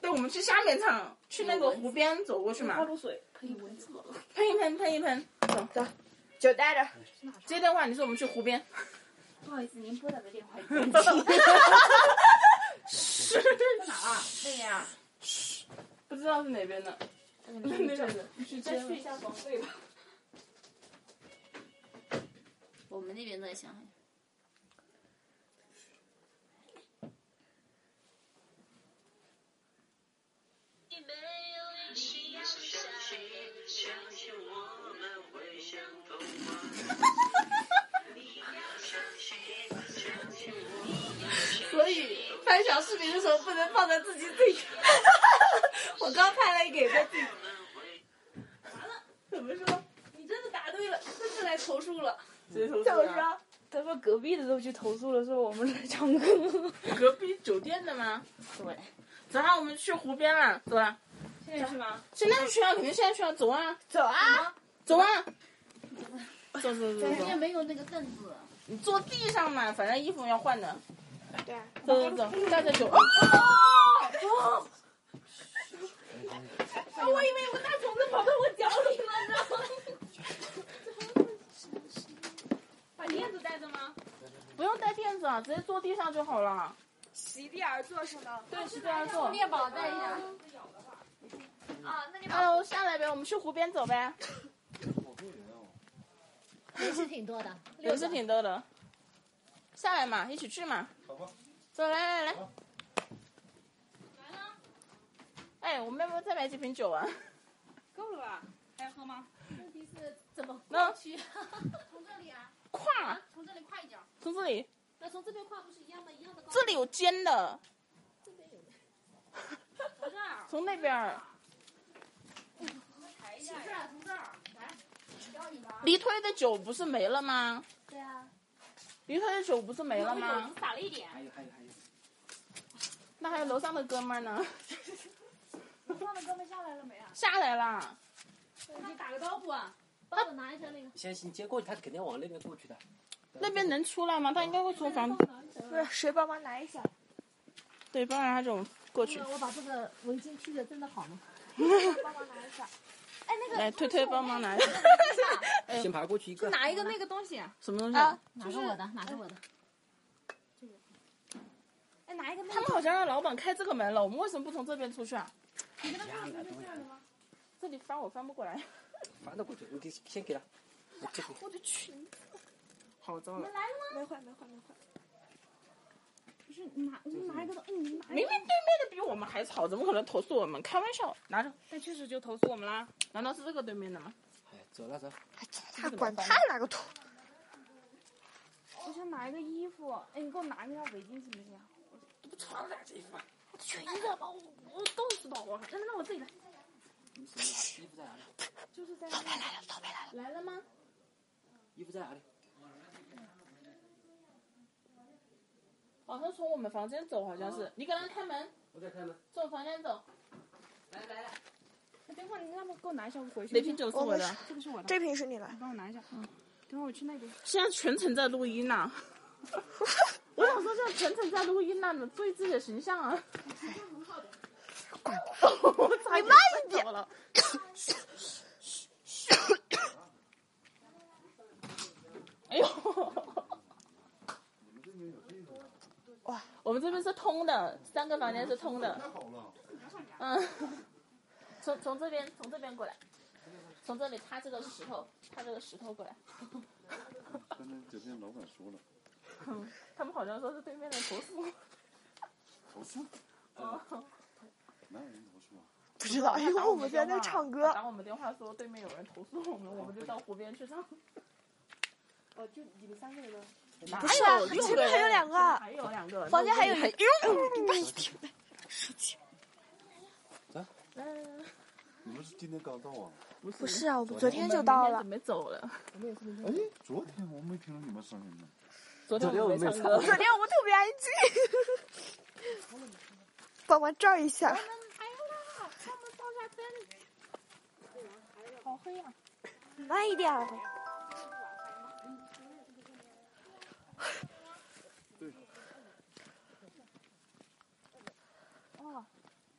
Speaker 1: 对，我们去下面唱，去那个湖边走过去嘛。花露水喷一喷，喷一喷，喷一喷，走走，酒带着。接电话，你说我们去湖边。
Speaker 3: 不好意思，您拨打的电
Speaker 1: (laughs)
Speaker 3: 话。对呀、
Speaker 1: 不知道是哪边的。那个去接了
Speaker 3: 我们那边在想。
Speaker 6: 所以拍小视频的时候不能放在自己
Speaker 1: (laughs)
Speaker 6: 最。我刚拍了一个也在自己。完了，怎么说？你真的答对了，真的来投诉了。
Speaker 1: 谁投诉啊？
Speaker 6: 他说隔壁的都去投诉了，说我们来唱歌。
Speaker 1: 隔壁酒店的吗？
Speaker 6: 对。
Speaker 1: 走啊，我们去湖边了，走了。
Speaker 6: 现在去吗？
Speaker 1: 现在就去啊，肯定现在去啊，走啊，
Speaker 2: 走啊！
Speaker 1: 走啊。走走走
Speaker 3: 中间
Speaker 1: 走，
Speaker 3: 没有那个凳子，
Speaker 1: 你坐地上嘛，反正衣服要换的。
Speaker 2: 对啊，
Speaker 1: 走走走，带着酒。啊！
Speaker 6: 我以为我大虫子跑到我脚里了，你知道吗？把链子带着吗？
Speaker 1: 不用带垫子啊，直接坐地上就好了。
Speaker 2: 席地而坐是吗？
Speaker 1: 对，是这样做。
Speaker 3: 面包带一下。
Speaker 2: 啊，那你
Speaker 1: 哎呦，下来呗，我们去湖边走呗。
Speaker 3: 人是挺多的，
Speaker 1: 人是挺多的，下来嘛，一起去嘛。走，来来来。哎，我们要不要再买几瓶酒啊？
Speaker 6: 够了吧？还要喝吗？
Speaker 3: 问题是怎么
Speaker 1: 那
Speaker 3: 去？从这里啊，
Speaker 1: 跨
Speaker 3: 从这里快一点。
Speaker 1: 从这里，
Speaker 3: 那从这边跨不是一样的，一样的高度
Speaker 1: 这里有尖的，
Speaker 3: 从这儿，
Speaker 1: 从那边儿，
Speaker 3: 抬一下，是啊从这儿来，教你玩。
Speaker 1: 离推的酒不是没了吗？
Speaker 7: 对啊，
Speaker 1: 离推的酒不是没了
Speaker 3: 有
Speaker 1: 吗
Speaker 3: 只？撒了一点，
Speaker 8: 还有还有还有，
Speaker 1: 那还有楼上的哥们儿呢，
Speaker 7: 放的哥们下来了没啊？
Speaker 1: 下来啦。
Speaker 3: 他打个招呼啊。
Speaker 7: 帮我拿一下那个。
Speaker 8: 先行接过去，他肯定往那边过去的。
Speaker 1: 那边能出来吗？他应该会从房
Speaker 2: 不是，谁帮忙拿一下？
Speaker 1: 对，不然他这种过去。
Speaker 3: 我把这个围巾披着真的好
Speaker 1: (laughs)
Speaker 3: 吗？
Speaker 2: 帮忙拿一下。
Speaker 7: 哎，那个
Speaker 1: 来，推推帮忙拿一下。
Speaker 8: 先爬过去一个，
Speaker 3: 拿一个那个东西，
Speaker 1: 什么东西？啊、
Speaker 3: 拿个我的，拿个我的。
Speaker 7: 哎，拿一个那
Speaker 1: 他
Speaker 7: 个
Speaker 1: 们好像让老板开这个门了，我们为什么不从这边出去啊？
Speaker 8: 一样的东西，
Speaker 1: 这里翻我翻不过来，
Speaker 8: 翻到过去，我给先给他。我这个
Speaker 2: 我的裙子
Speaker 1: 好糟了。
Speaker 2: 没坏，没坏，没坏。
Speaker 3: 不是拿，你拿一个东，嗯你拿
Speaker 1: 明明对面的比我们还吵，怎么可能投诉我们？开玩笑，拿着。但确实就投诉我们啦。难道是这个对面的吗？
Speaker 8: 哎，走了走，
Speaker 2: 他管他哪个头？
Speaker 3: 我想拿一个衣服，哎，你给我拿一下围巾行不行？这不穿不了这衣服吗？裙子把我我冻死吧我！那那我自己来。
Speaker 8: 你什么衣服在哪里？
Speaker 3: 来了吗？
Speaker 8: 衣服在哪里？
Speaker 1: 好像从我们房间走，好像是。你给他开门，
Speaker 8: 我在开门。
Speaker 1: 从房间走。
Speaker 8: 来来来，
Speaker 3: 等会儿你让他们给我拿一下，我回去。
Speaker 1: 哪瓶酒是我
Speaker 2: 我
Speaker 1: 的
Speaker 2: 们？
Speaker 3: 这个是我的，
Speaker 2: 这瓶是你的。
Speaker 3: 帮我拿一下。嗯，等会儿我去那边。
Speaker 1: 现在全程在录音 (laughs) 呢。我想说，现在全程在录音呢，你们注意自己的形象啊。你慢一点。了。哎呦！
Speaker 2: 哇，
Speaker 1: 我们这边是通的，三个房间是通的。
Speaker 9: 太好了，
Speaker 1: 嗯，从从这边从这边过来，从这里擦这个石头，擦这个石头过来。
Speaker 9: 刚才酒店老板说了，
Speaker 1: 他们好像 (laughs) 说是对面的投诉。
Speaker 9: 投诉
Speaker 1: 哦，
Speaker 9: 哪有人投诉啊？
Speaker 2: 不知道，因为我们在那唱歌。
Speaker 1: 打我们电话说对面有人投诉我们，我们就到湖边去唱。
Speaker 3: 哦，就你们三个人吗？
Speaker 1: 哪
Speaker 2: 不是啊，前面还有两个，
Speaker 1: 哎啊还有两个
Speaker 2: 房间还有一个。
Speaker 9: 你们是今天刚到啊？
Speaker 2: 不是啊，我们昨天就到
Speaker 1: 我
Speaker 2: 了
Speaker 1: 们。明天准备走了。
Speaker 9: 哎，昨天我没听到你们声音呢。
Speaker 1: 昨天我们没唱
Speaker 8: 昨天我
Speaker 1: 歌
Speaker 8: 们没，
Speaker 2: 昨天我们特别安静。帮忙照一下。
Speaker 1: 好黑啊！
Speaker 2: 慢一点。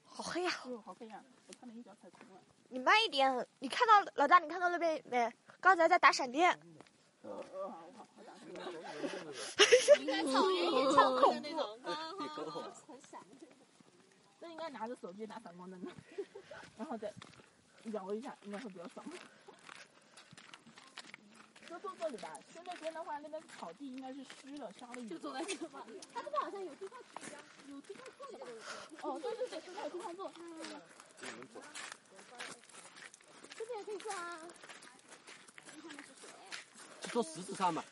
Speaker 2: 好黑呀、
Speaker 1: 哎呦，好黑啊！我差点一脚踩空了。
Speaker 2: 你慢一点，你看到老大，你看到那边没？刚才在打闪电，
Speaker 1: 好恐怖！
Speaker 3: (laughs)
Speaker 8: 别搞我。
Speaker 1: 那应该拿着手机打闪光灯的， (laughs) 然后再摇一下，应该会比较 (laughs) 爽。就坐这里吧，去那边的话，那边草地应该是湿了，沙了 (laughs) 雨。就坐在这吧。他这个好像有地方有地方坐的吧？哦，对对对，有地方坐。
Speaker 2: 啊
Speaker 8: 就坐石子上嘛，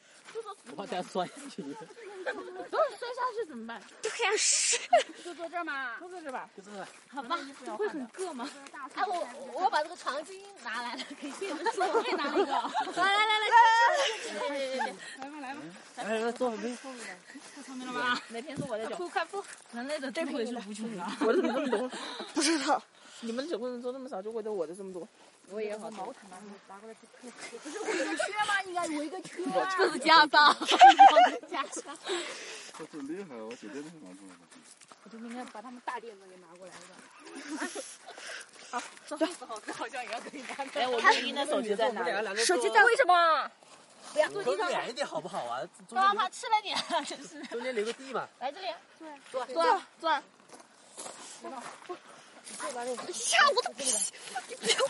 Speaker 8: 我怕他摔下去。
Speaker 1: 等会摔下去怎么办？
Speaker 2: 对呀、是。
Speaker 3: 就坐这儿嘛。
Speaker 1: 坐在这吧，
Speaker 8: 就是吧
Speaker 1: 好吧，衣服要换的。
Speaker 3: 硌吗？
Speaker 7: 哎，我我把这个长巾拿来了，给你们说，我也拿了一个。
Speaker 8: 哎，那坐没？
Speaker 1: 哪天是我的酒？
Speaker 3: 快不，人类的这回是无穷的。
Speaker 1: 我的怎么这么多？
Speaker 2: 不知道，
Speaker 1: 你们的酒为什么做那么少？就为了我的这么多？
Speaker 3: 我也好毛毯
Speaker 7: 自加上，加上。
Speaker 9: 我挺厉害，我酒店都拿出来了。
Speaker 3: 我就应该把他们大垫子给拿过来一个。
Speaker 1: 哎，我录音的手机在哪里？
Speaker 8: 手机在为什么？不要坐地上，远一点好不好啊？中间留
Speaker 7: 吃了点，
Speaker 8: 啊
Speaker 7: 真是。
Speaker 8: 中间留个地 (laughs) 嘛。
Speaker 7: 来这里，
Speaker 1: 坐坐。
Speaker 9: 在这边我就被投诉。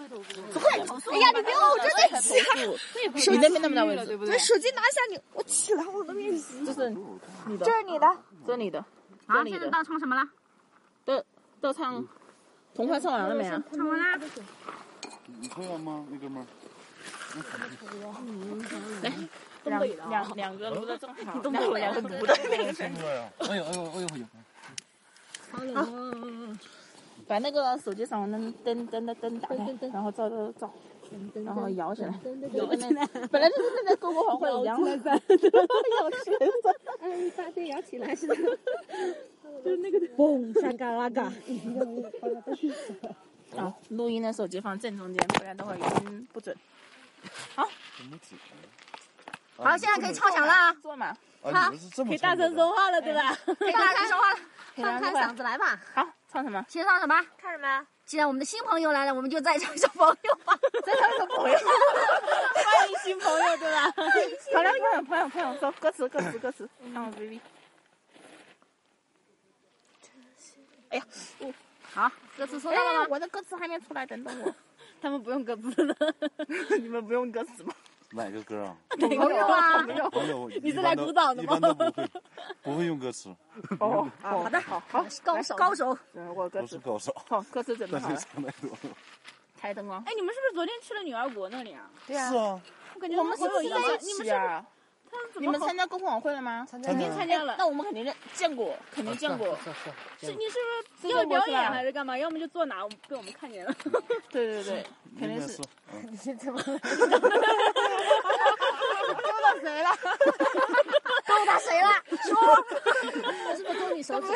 Speaker 2: 哎呀，你别我真的气了。
Speaker 1: 你那边那么大位置，
Speaker 2: 把手机拿下你，我起来，我的面子。
Speaker 1: 就是你的
Speaker 2: 这，是你的，
Speaker 1: 这里的，这里的。
Speaker 3: 到唱什么了？
Speaker 1: 都都唱《同欢唱完了没啊？
Speaker 3: 唱完啦。
Speaker 9: 你会玩吗，那哥们儿？
Speaker 1: 两
Speaker 3: 北的啊
Speaker 1: 两两个撸的正好，
Speaker 3: 东北的
Speaker 1: 两个撸的，
Speaker 9: 真热呀！哎呦哎呦哎呦哎呦！
Speaker 3: 好冷哦，
Speaker 1: 把那个手机闪光灯灯灯的灯打开
Speaker 3: 灯灯，
Speaker 1: 然后照照照，然后摇起来，
Speaker 3: 摇起来，
Speaker 1: (laughs) 本来就是那个篝火晚会一样的，
Speaker 3: (laughs)
Speaker 1: 摇绳子，
Speaker 3: 哎，你把这摇
Speaker 1: (laughs)
Speaker 3: 起来是吧？ (laughs) 就是那个嘣，山嘎拉 (laughs) 嘎，
Speaker 1: 啊，录音的手机放正中间，不然等会儿音不准。
Speaker 9: 怎么指啊？
Speaker 3: 好，现在可以唱响了啊，
Speaker 1: 坐嘛，
Speaker 9: 啊，你们是这么
Speaker 3: 可以大声
Speaker 9: 说。
Speaker 3: 说话了，对吧？
Speaker 6: 可以大声说话了，
Speaker 1: 可以
Speaker 3: 放
Speaker 1: 让
Speaker 3: 开
Speaker 1: 他
Speaker 3: 嗓子来吧。
Speaker 1: 好，唱什么？
Speaker 3: 先唱什么？
Speaker 2: 看什么呀？
Speaker 3: 既然我们的新朋友来了，我们就再唱小朋友吧。
Speaker 1: 再唱一首朋友，
Speaker 3: 欢迎新朋友，对吧？
Speaker 1: 好了，朋友朋友朋友说歌词歌词歌词，让我 baby。
Speaker 3: 好，歌词说
Speaker 1: 哎
Speaker 3: 到了吗？，
Speaker 1: 我的歌词还没出来，等等我。
Speaker 3: 他们不用歌词了。
Speaker 1: (laughs) 你们不用歌词吗？
Speaker 9: 哪个歌啊？
Speaker 3: 朋友啊，
Speaker 9: 朋友，
Speaker 3: 你
Speaker 9: 一
Speaker 3: 是
Speaker 9: 般
Speaker 3: 来
Speaker 9: 都
Speaker 3: 鼓掌的
Speaker 9: 一般都
Speaker 3: 吗
Speaker 9: 不会，不会用歌词，
Speaker 1: 哦，好的，好好，
Speaker 3: 高手高手。
Speaker 1: 嗯，我歌
Speaker 9: 我是
Speaker 1: 词，
Speaker 9: 高手，
Speaker 1: 好，歌词准备
Speaker 9: 但
Speaker 1: 好
Speaker 9: 是
Speaker 1: 了，
Speaker 9: 唱太多了。
Speaker 1: 开灯光。
Speaker 6: 哎，你们是不是昨天去了女儿国那里啊？
Speaker 1: 对啊
Speaker 9: 是啊，
Speaker 6: 我感觉
Speaker 1: 我们是
Speaker 6: 好有
Speaker 1: 不
Speaker 6: 意
Speaker 1: 是
Speaker 6: 思
Speaker 1: 在一
Speaker 6: 你们
Speaker 1: 起
Speaker 6: 是
Speaker 1: 啊？你们参加篝火晚会了啊吗？哎
Speaker 9: 肯定
Speaker 6: 参加了？
Speaker 1: 那我们肯定认见过，肯定见过。
Speaker 6: 是你是不是要表演还是干嘛？要么就坐哪，我们被我们看见了。
Speaker 1: 对对 (laughs) 对，肯定是
Speaker 9: 是。。嗯
Speaker 1: (laughs)
Speaker 3: 勾搭谁了？说，是不是勾你手指了？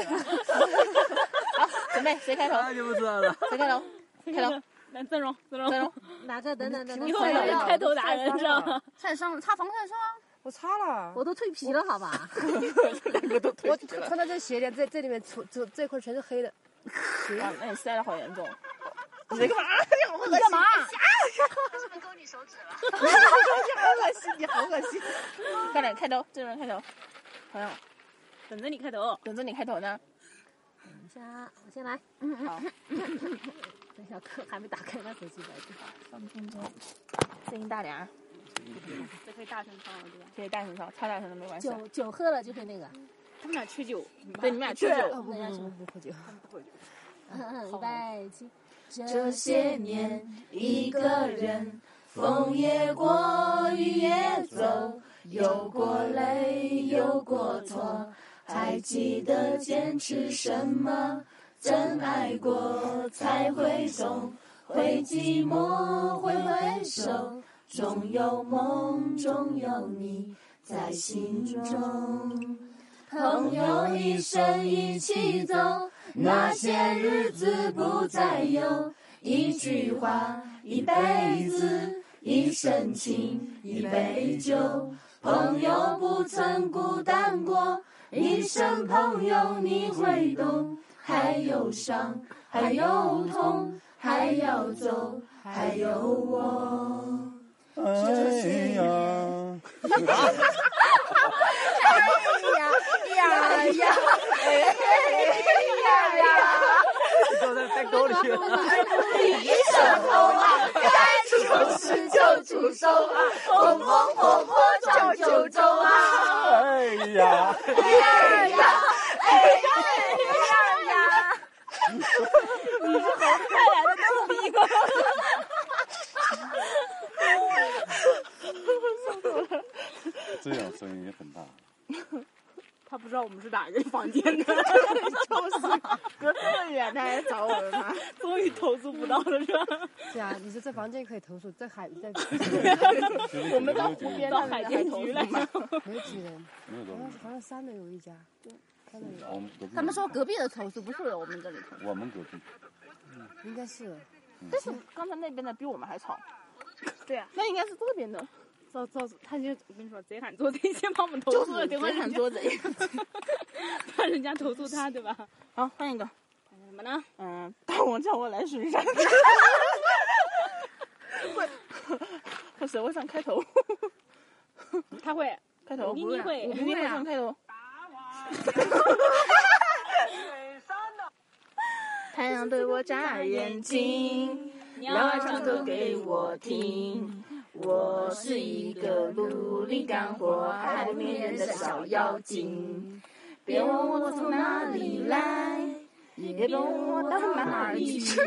Speaker 1: 准备谁开头？
Speaker 8: 哎
Speaker 1: 就不知道了。谁开头？开头，
Speaker 6: 来，郑荣，郑荣，
Speaker 1: 郑
Speaker 3: (laughs)
Speaker 1: 荣，
Speaker 3: 哪个？等等等等，
Speaker 6: 以后我们开头达人知道吗？
Speaker 3: 晒伤了，擦防晒霜，
Speaker 10: 我擦了，
Speaker 3: 我都蜕皮了，好吧？
Speaker 10: (laughs) 我穿到这鞋里，这这里面除这这块全是
Speaker 1: (laughs)
Speaker 10: 黑的，
Speaker 1: 哇，啊那你塞的好
Speaker 10: (laughs)
Speaker 1: 严重。
Speaker 3: 你干嘛？
Speaker 1: (laughs) 快点开头，郑荣开头。朋友，
Speaker 6: 等着你开头。
Speaker 1: 等着你开头呢。
Speaker 3: 等一下啊，我先来。嗯嗯。等一下，可还没打开呢，手机来着。
Speaker 1: 声音大点啊，
Speaker 6: 这可以大声唱了，对吧？
Speaker 1: 可以大声唱，超大声的没关系。
Speaker 3: 酒酒喝了就会那个，
Speaker 6: 他们俩去酒，
Speaker 1: 对，你们俩去酒。
Speaker 3: 那叫什么？
Speaker 10: 不喝酒。
Speaker 3: (laughs) 嗯嗯，预备起。
Speaker 4: 这些年，一个人，风也过，雨也走，有过泪，有过错，还记得坚持什么？真爱过才会懂，会寂寞，会挥手，总有梦，总有你在心中。朋友一生一起走，那些日子不再有。一句话，一辈子，一生情，一杯酒。朋友不曾孤单过，一生朋友你会懂。还有伤，还有痛，还要走，还有我。
Speaker 9: 哎呀，
Speaker 1: 哎
Speaker 4: 不是救主手啊，红红火火闯九州啊！
Speaker 9: 哎呀，哎
Speaker 3: 啊
Speaker 9: 这样声音也很大。
Speaker 6: 他不知道我们是哪个房间
Speaker 1: (laughs)
Speaker 6: 的，
Speaker 1: 隔这么远，他还找我们吗？
Speaker 6: 终于投诉不到了，是吧？
Speaker 10: 对啊，你说这房间可以投诉，这海在
Speaker 3: (laughs)
Speaker 9: 我们到湖边
Speaker 6: 到海淀局
Speaker 1: (laughs)
Speaker 6: 来
Speaker 1: 啊
Speaker 6: 了，
Speaker 10: 没有几人，
Speaker 9: 没有多
Speaker 10: 好
Speaker 9: 少
Speaker 10: 像好像三楼有一家，三楼有，
Speaker 9: 我们隔壁
Speaker 3: 他们说隔壁的投诉不是我们这里投诉，
Speaker 9: 我们隔壁，
Speaker 10: 应该是
Speaker 1: 但是刚才那边的比我们还吵。
Speaker 6: 对啊，
Speaker 1: 那应该是这边的，
Speaker 6: 造造，他就我跟你说，贼喊做贼，先把我们投
Speaker 1: 就
Speaker 6: 诉了，结
Speaker 1: 是别
Speaker 6: 果人
Speaker 1: 喊
Speaker 6: 家
Speaker 1: 桌子。
Speaker 6: (laughs) 怕人家投诉他，对吧？
Speaker 1: 好，换一个。
Speaker 6: 什么呢？
Speaker 1: 嗯，
Speaker 2: (laughs)
Speaker 1: 大王叫我来巡山。会，我
Speaker 2: (laughs)
Speaker 1: 谁会唱开头？
Speaker 6: 他会，
Speaker 1: 开头
Speaker 2: 啊
Speaker 6: 妮妮会
Speaker 1: 我妮妮会啊唱开头。太阳对我眨眼睛，
Speaker 6: 你
Speaker 1: 鸟儿唱歌给我听。我是一个努力干活、爱不明人的小妖精。别问我从哪里来，也别问我到哪里去。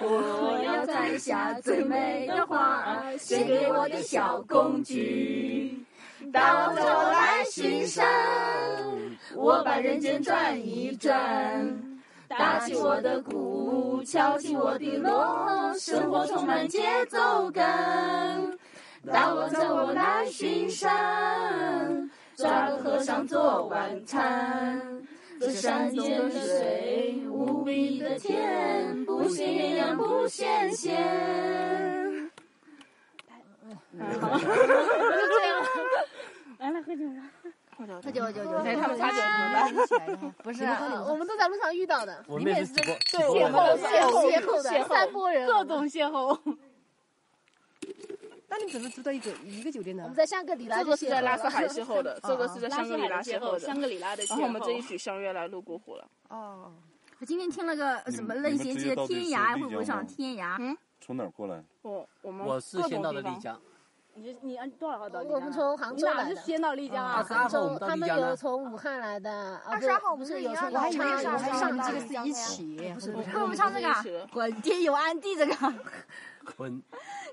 Speaker 4: 我要摘下最美的花儿，献给我的小公举。当我来巡山，我把人间转一转，打起我的鼓，敲起我的锣，生活充满节奏感。当我在我来巡山，抓个和尚做晚餐。这山间的水，无比的甜，不显鸳鸯不显仙。
Speaker 1: 好吧，就这样了。来了，喝酒吧。喝酒，喝酒，酒。
Speaker 10: 他们
Speaker 1: 他
Speaker 10: 酒怎么不是，我们都在路上遇到的。
Speaker 8: 我们也是直播，
Speaker 10: 邂逅，邂逅，邂逅的三波人，
Speaker 1: 各种邂逅。
Speaker 10: 那你们怎么住到一个一个酒店呢？啊
Speaker 1: 我们在香格里拉
Speaker 2: (laughs) 这个是在拉斯海邂逅的，这个是在香格里
Speaker 1: 哦拉
Speaker 2: 邂逅的，
Speaker 1: 香格里拉的。
Speaker 2: 然后我们这一曲相约来泸沽湖了。
Speaker 10: 哦，
Speaker 3: 我今天听了个什么类型剧的《天涯》，会
Speaker 9: 啊
Speaker 3: 不会上《天涯》？嗯，
Speaker 9: 从哪儿过来？
Speaker 2: 我我们
Speaker 8: 我是先到的丽江。
Speaker 1: 你是你按多少号到丽江？啊
Speaker 10: 我们从杭州来
Speaker 1: 是先到丽江啊。
Speaker 8: 杭州，
Speaker 10: 他们有从武汉来的。
Speaker 3: 啊
Speaker 11: 二十二号
Speaker 10: 我们是
Speaker 11: 有
Speaker 10: 从
Speaker 11: 武汉
Speaker 10: 来
Speaker 11: 的。
Speaker 10: 上
Speaker 11: 这
Speaker 10: 个是一起，
Speaker 1: 不是
Speaker 3: 不是，我们唱这个“啊滚天有安地”这个。
Speaker 8: 滚！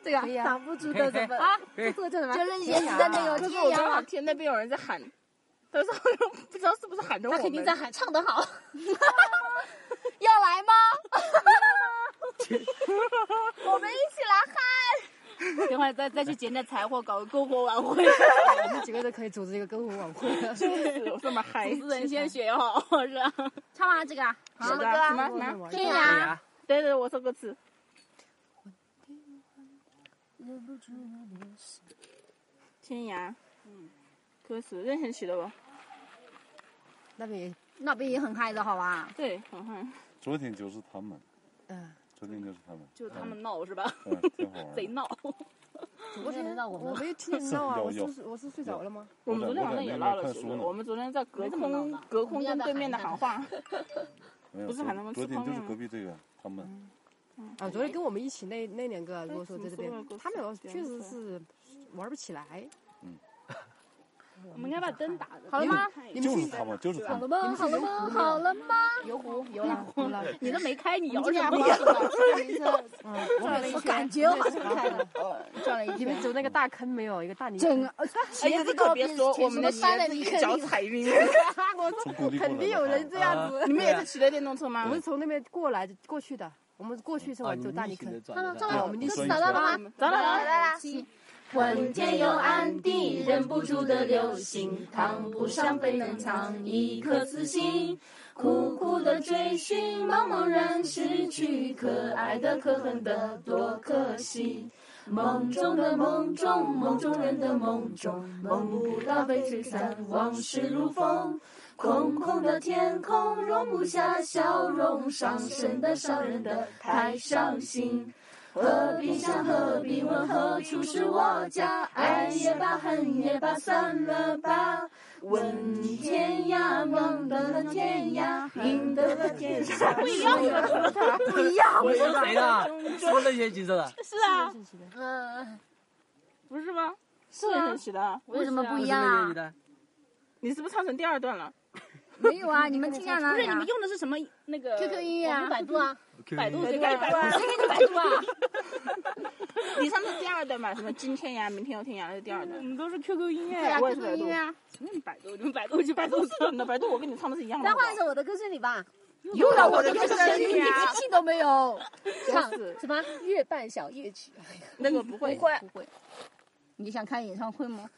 Speaker 3: 这个
Speaker 10: 挡不住的怎么啊？这个叫什么？
Speaker 3: 就是也是在那个
Speaker 2: 可是
Speaker 3: 天
Speaker 2: 我
Speaker 3: 涯
Speaker 2: 正好
Speaker 3: 啊，
Speaker 2: 听那边有人在喊，但是好像不知道是不是喊着我
Speaker 1: 他
Speaker 2: 们。
Speaker 1: 肯定在喊唱得
Speaker 2: (laughs)
Speaker 1: 好，
Speaker 3: 要来吗？
Speaker 11: 我们一起来嗨！
Speaker 3: 等会儿再再去捡点柴火，搞个篝火晚会。
Speaker 10: 我们几个人可以组织一个篝火
Speaker 3: (laughs)
Speaker 10: 晚会。
Speaker 2: (laughs) 就是这么嗨。
Speaker 3: 主持人先学好，是吧？唱完这个啊，
Speaker 2: 什么歌？什么什
Speaker 10: 啊
Speaker 2: 么？
Speaker 3: 天
Speaker 8: 对
Speaker 3: 涯，
Speaker 8: 呀，
Speaker 2: 对对，我说歌词。天涯，嗯，歌词任贤齐的吧？
Speaker 10: 那边
Speaker 3: 那边也很嗨的，好吧？
Speaker 2: 对，很嗨，
Speaker 9: 昨天就是他们，
Speaker 10: 嗯，
Speaker 9: 昨天就是他们，
Speaker 3: 就他们闹是吧？
Speaker 9: 嗯，挺好玩的。
Speaker 3: 贼闹，
Speaker 10: 我
Speaker 1: 天
Speaker 10: 听
Speaker 1: 轮到我们
Speaker 10: 我
Speaker 1: 了
Speaker 10: 没有听你闹啊！
Speaker 9: 有
Speaker 10: 我
Speaker 9: 有
Speaker 10: 是我是睡着了吗？
Speaker 2: 我们昨天晚上也唠了，
Speaker 9: 我在
Speaker 2: 其实
Speaker 9: 那边看书呢
Speaker 2: 我们昨天在隔
Speaker 3: 你怎么闹
Speaker 2: 空
Speaker 3: 的
Speaker 2: 隔空跟对面的喊话，
Speaker 9: 没有
Speaker 2: 不是
Speaker 9: 昨
Speaker 2: 喊他们吃
Speaker 9: 昨天
Speaker 2: 泡
Speaker 9: 就
Speaker 2: 面
Speaker 9: 是
Speaker 2: 吗嗯
Speaker 9: 隔壁这个他们，
Speaker 10: 啊，昨天跟我们一起那那两个跟我说在这边
Speaker 2: 哎怎么说，呢
Speaker 3: 啊
Speaker 10: 他们好像确实是玩不起来。
Speaker 9: 嗯
Speaker 3: 我们应该把灯打
Speaker 10: 好了吗？你们
Speaker 9: 就是
Speaker 10: 去
Speaker 9: 他们，就是他们。
Speaker 10: 你们去游湖
Speaker 3: 哦好了吗？
Speaker 10: 游湖游了湖了。
Speaker 3: 你都没开，你摇
Speaker 10: 我们今
Speaker 3: 什
Speaker 10: 天
Speaker 3: 么？
Speaker 10: 还逛了自行车嗯，转了一圈
Speaker 3: 我感觉我好像 (laughs)
Speaker 10: 转了
Speaker 3: 转了一
Speaker 10: 一圈你们走那个大坑没有？一个大泥
Speaker 3: 整
Speaker 10: 坑
Speaker 3: 个。
Speaker 2: 哎呀，这可别说，我们的鞋子一脚踩晕了。
Speaker 10: 我
Speaker 9: 从工地过来的
Speaker 10: 肯定有人这样 (laughs) 子。
Speaker 2: 你们也是骑的电动车吗
Speaker 10: 我？们是从那边过来的过去的，我们过去是
Speaker 8: 啊，
Speaker 10: 往走大泥坑。
Speaker 8: 他们
Speaker 1: 这
Speaker 9: 啊
Speaker 1: 么
Speaker 9: 我们
Speaker 10: 你
Speaker 9: 说一
Speaker 10: 找
Speaker 9: 下
Speaker 10: 到了吗？
Speaker 2: 咱俩
Speaker 11: 来啦！
Speaker 4: 魂天有暗地，忍不住的流行，糖不上被能藏一颗痴心，苦苦的追寻，茫茫然失去，可爱的可恨的多可惜。梦中的梦中，梦中人的梦中，梦不到被吹散，往事如风。空空的天空容不下笑容，伤神的伤人的太伤心。何必想，何必问，何处是我家？爱也罢，恨也罢，散了吧。问天涯，梦得了天涯，赢得了天下。 (laughs) 不一样
Speaker 3: 不一样，
Speaker 8: 我说谁的？ (laughs) 说任贤齐的，
Speaker 3: 是啊，
Speaker 1: 嗯，
Speaker 2: 不是吗？
Speaker 3: 是
Speaker 2: 任
Speaker 3: 啊
Speaker 2: 贤，齐的，
Speaker 3: 为什么不一
Speaker 8: 不是
Speaker 3: 样
Speaker 8: 任贤齐
Speaker 3: 啊？
Speaker 8: 的。
Speaker 2: 你是不是唱成第二段了？
Speaker 3: 没有啊，你们听下来
Speaker 1: 不
Speaker 3: 不
Speaker 1: 是你
Speaker 3: 是你
Speaker 1: 们
Speaker 3: 们用的是什么那个
Speaker 1: QQ 音乐啊，百度啊，
Speaker 2: 百度
Speaker 8: 这
Speaker 2: 这
Speaker 8: 个
Speaker 2: 个百度，
Speaker 3: 谁给你百 (laughs) 度
Speaker 2: (laughs)
Speaker 3: 啊？
Speaker 2: 你上次第二段吧，什么今天呀，明天又天涯，这是第二
Speaker 3: 我
Speaker 2: 段。
Speaker 3: 们都是 QQ 音乐
Speaker 1: 对啊
Speaker 2: 我也是
Speaker 1: ，QQ 音乐啊。
Speaker 2: 什么你百度，你们百度去百度去，你的百度我跟你唱的是一样的。
Speaker 1: 再换一首我的歌声里吧，
Speaker 3: 又让我的歌
Speaker 1: 声里
Speaker 3: 啊！
Speaker 1: 气都没有，唱
Speaker 2: 是
Speaker 1: 什么月半小夜曲？哎呀
Speaker 2: 那个不会，
Speaker 3: 会不会？你想看演唱会吗？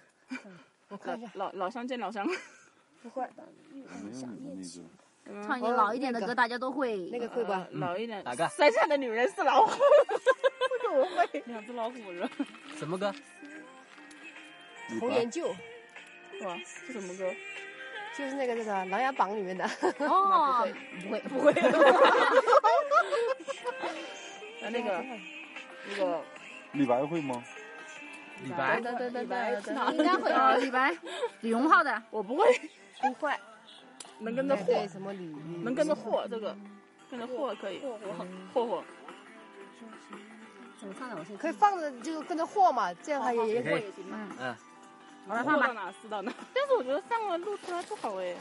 Speaker 10: 我看一下
Speaker 2: 老，老老乡见老乡。 (laughs)
Speaker 9: 没有你们那个。
Speaker 3: 唱一点老一点的
Speaker 10: 那
Speaker 3: 歌，
Speaker 10: 个
Speaker 3: 大家都会。
Speaker 10: 那个会吧？
Speaker 2: 老一点，
Speaker 8: 哪个
Speaker 2: 山下的女人是 (laughs) 老虎，这个我会。 (laughs) 两只老虎是吧？
Speaker 8: 什么歌？
Speaker 9: 李
Speaker 10: 红
Speaker 9: 白
Speaker 10: 颜旧
Speaker 2: 哇，这什么歌？
Speaker 10: 就是那个那个《琅琊榜》里面的。
Speaker 3: 哦，不会不会。
Speaker 2: 啊，那 (laughs) 个，那个，
Speaker 9: 李白会吗？
Speaker 8: 李白。
Speaker 10: 等等等等，
Speaker 3: 应该会啊，李白、李荣浩的，
Speaker 2: 我不会，不会，能跟着
Speaker 10: (laughs) 对
Speaker 2: 霍，
Speaker 10: 什么李煜
Speaker 2: 能跟着霍这个，跟着霍可以，嗯霍霍，
Speaker 1: 怎么唱的？我先
Speaker 10: 哎可以放着，就跟着和嘛，这样它也也
Speaker 8: 可以
Speaker 10: 也行嘛。
Speaker 8: 嗯，
Speaker 12: 往上
Speaker 6: 到
Speaker 12: 吧，
Speaker 6: 哪撕到哪。但是我觉得上了录出来不好哎。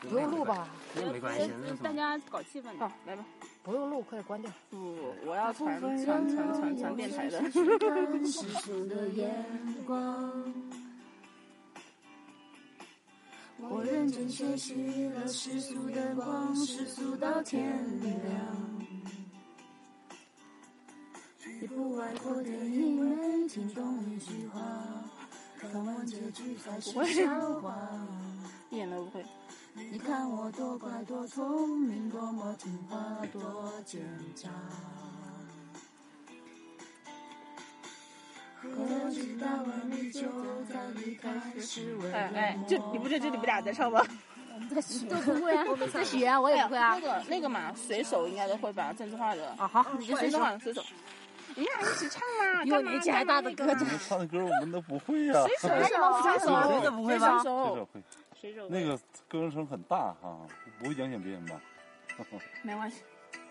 Speaker 10: 不用录吧？
Speaker 8: 那没关系，那什
Speaker 6: 大
Speaker 8: 么
Speaker 6: 家搞气氛。好，来吧。
Speaker 10: 不用录，快点关掉。
Speaker 6: 不，我要传传传传传电台的。
Speaker 4: 世俗的眼光，我认真学习了世俗的光，世俗到天亮。也不外乎电影没听懂一句话，看完结局才是笑话。
Speaker 6: 一点都不会。
Speaker 4: 你看我多乖多聪明，多么听话多奸诈。可知道而你就在离开时，我
Speaker 6: 哎哎，就你不是就你们俩在唱吗？
Speaker 4: 我们在学
Speaker 3: (laughs) 都不会啊我没唱在 (laughs) 学啊我也不会啊
Speaker 6: 那个那个嘛，水手应该都会吧？郑智化的啊
Speaker 3: 哈
Speaker 6: 你是郑智化的水手。你俩一起唱嘛，
Speaker 3: 比我
Speaker 6: 干嘛
Speaker 3: 年纪还大的
Speaker 6: 干嘛那个
Speaker 9: 你
Speaker 6: 啊
Speaker 9: 们唱的歌我们都不会呀、
Speaker 6: 水手水手啊
Speaker 9: 手，
Speaker 6: 水手不会吧
Speaker 9: 水手会。
Speaker 6: 水手
Speaker 9: (laughs)
Speaker 6: 啊
Speaker 9: 那个歌声很大哈，不会影响别人吧？
Speaker 6: 没关系，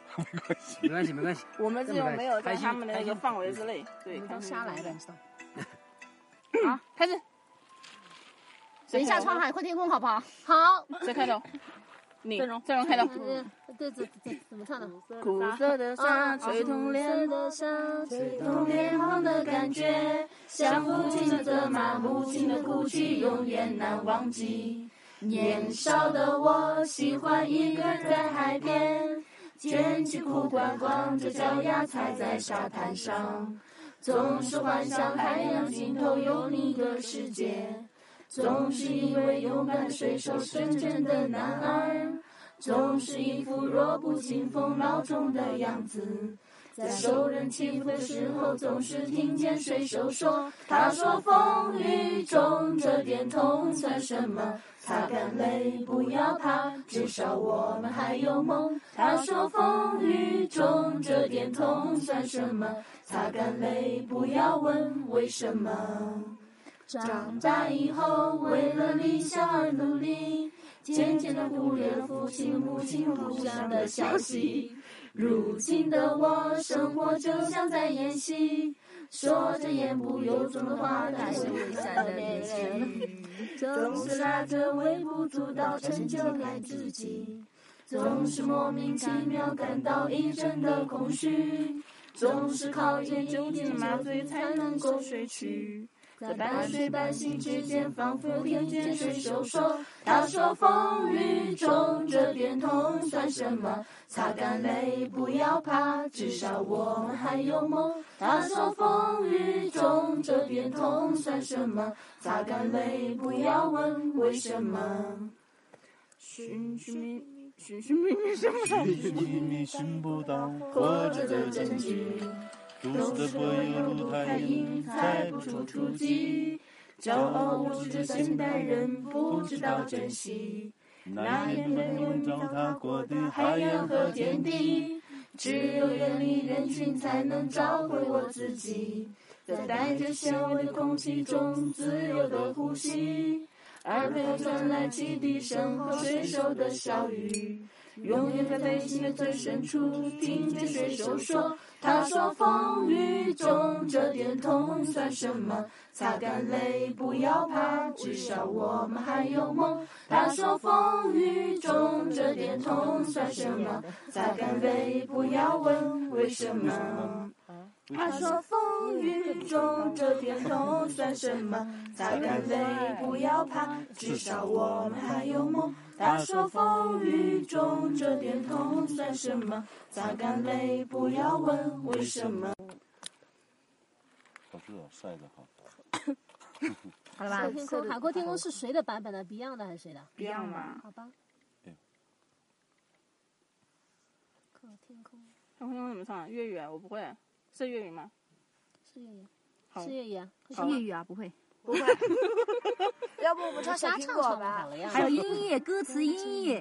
Speaker 9: 没关系，
Speaker 8: 没关系，没关系。
Speaker 6: 我们这种没有在
Speaker 8: 开心
Speaker 6: 他们的那个
Speaker 8: 开心
Speaker 6: 范围之内。对，
Speaker 3: 你刚瞎来的。
Speaker 6: 好，开始。
Speaker 3: 等一下，窗海阔天空，好不好？好。
Speaker 6: 谁 (laughs) 开头？你
Speaker 3: 阵容，
Speaker 6: 阵容开头
Speaker 3: 嗯对对对，怎么唱的？
Speaker 6: 苦涩的沙吹痛脸
Speaker 4: 的沙，吹动脸庞的感觉，像无尽的责骂，无尽的哭泣，永远难忘记。年少的我喜欢一个人在海边，捡起裤管，光着脚丫踩在沙滩上，总是幻想海洋尽头有你的世界，总是因为勇敢水手纯真的男儿。总是一副弱不禁风、老中的样子。在受人欺负的时候，总是听见水手说：“他说风雨中这点痛算什么？擦干泪，不要怕，至少我们还有梦。”他说风雨中这点痛算什么？擦干泪，不要问为什么。长大以后，为了理想而努力，渐渐的忽略了父亲、母亲互相的消息。如今的我，生活就像在演戏，说着言不由衷的话，但是微笑的脸情，总是拿着微不足道成就感自己，总是莫名其妙感到一阵的空虚，总是靠着酒精麻醉才能够睡去。在半睡半醒之间，仿佛听见水手说：“他说风雨中这点痛算什么？擦干泪，不要怕，至少我们还有梦。”他说风雨中这点痛算什么？擦干泪，不要问为什么。
Speaker 6: 寻寻觅寻寻觅觅什么东西？
Speaker 9: 你迷寻不到活
Speaker 4: 活
Speaker 9: 着
Speaker 4: 着
Speaker 9: 的
Speaker 4: 的
Speaker 9: 证
Speaker 4: 证
Speaker 9: 据
Speaker 4: 据，
Speaker 9: 都是不有太阴，猜不出突击，
Speaker 4: 骄傲无知的现代人不知道珍惜，
Speaker 9: 那年的年糟蹋过的
Speaker 4: 海
Speaker 9: 海
Speaker 4: 洋
Speaker 9: 洋
Speaker 4: 和
Speaker 9: 和
Speaker 4: 天
Speaker 9: 天地。
Speaker 4: 地。只有远离人群，才能找回我自己。在带着香味的空气中自由的呼吸，耳边传来汽笛声和水手的笑语。永远在内心的最深处，听见水手说：“他说风雨中这点痛算什么？擦干泪，不要怕，至少我们还有梦。”他说风雨中这点痛算什么？擦干泪，不要问为什么。他说风雨中这点痛算什么？擦干泪，不要怕，至少我们还有梦。他说风雨中这点痛算什么？擦干泪，不要问为什么。
Speaker 9: 老师老晒的哈，
Speaker 3: 好了吧？天空，海阔天空是谁的版本的？Beyond 的还是谁的
Speaker 6: Beyond 吧
Speaker 3: 好吧。可天空
Speaker 6: 小朋友怎么唱啊？粤语啊，我不会，是粤语吗？
Speaker 3: 是粤语，
Speaker 6: 好
Speaker 3: 是粤语啊，
Speaker 6: 好
Speaker 13: 是粤语啊，不会。
Speaker 3: (laughs)
Speaker 2: 不会。要不我们唱小
Speaker 3: 瞎
Speaker 2: 苹
Speaker 3: 唱
Speaker 2: 果
Speaker 3: 唱不
Speaker 2: 吧
Speaker 3: 好了？呀。
Speaker 13: 还有音译、歌词音译，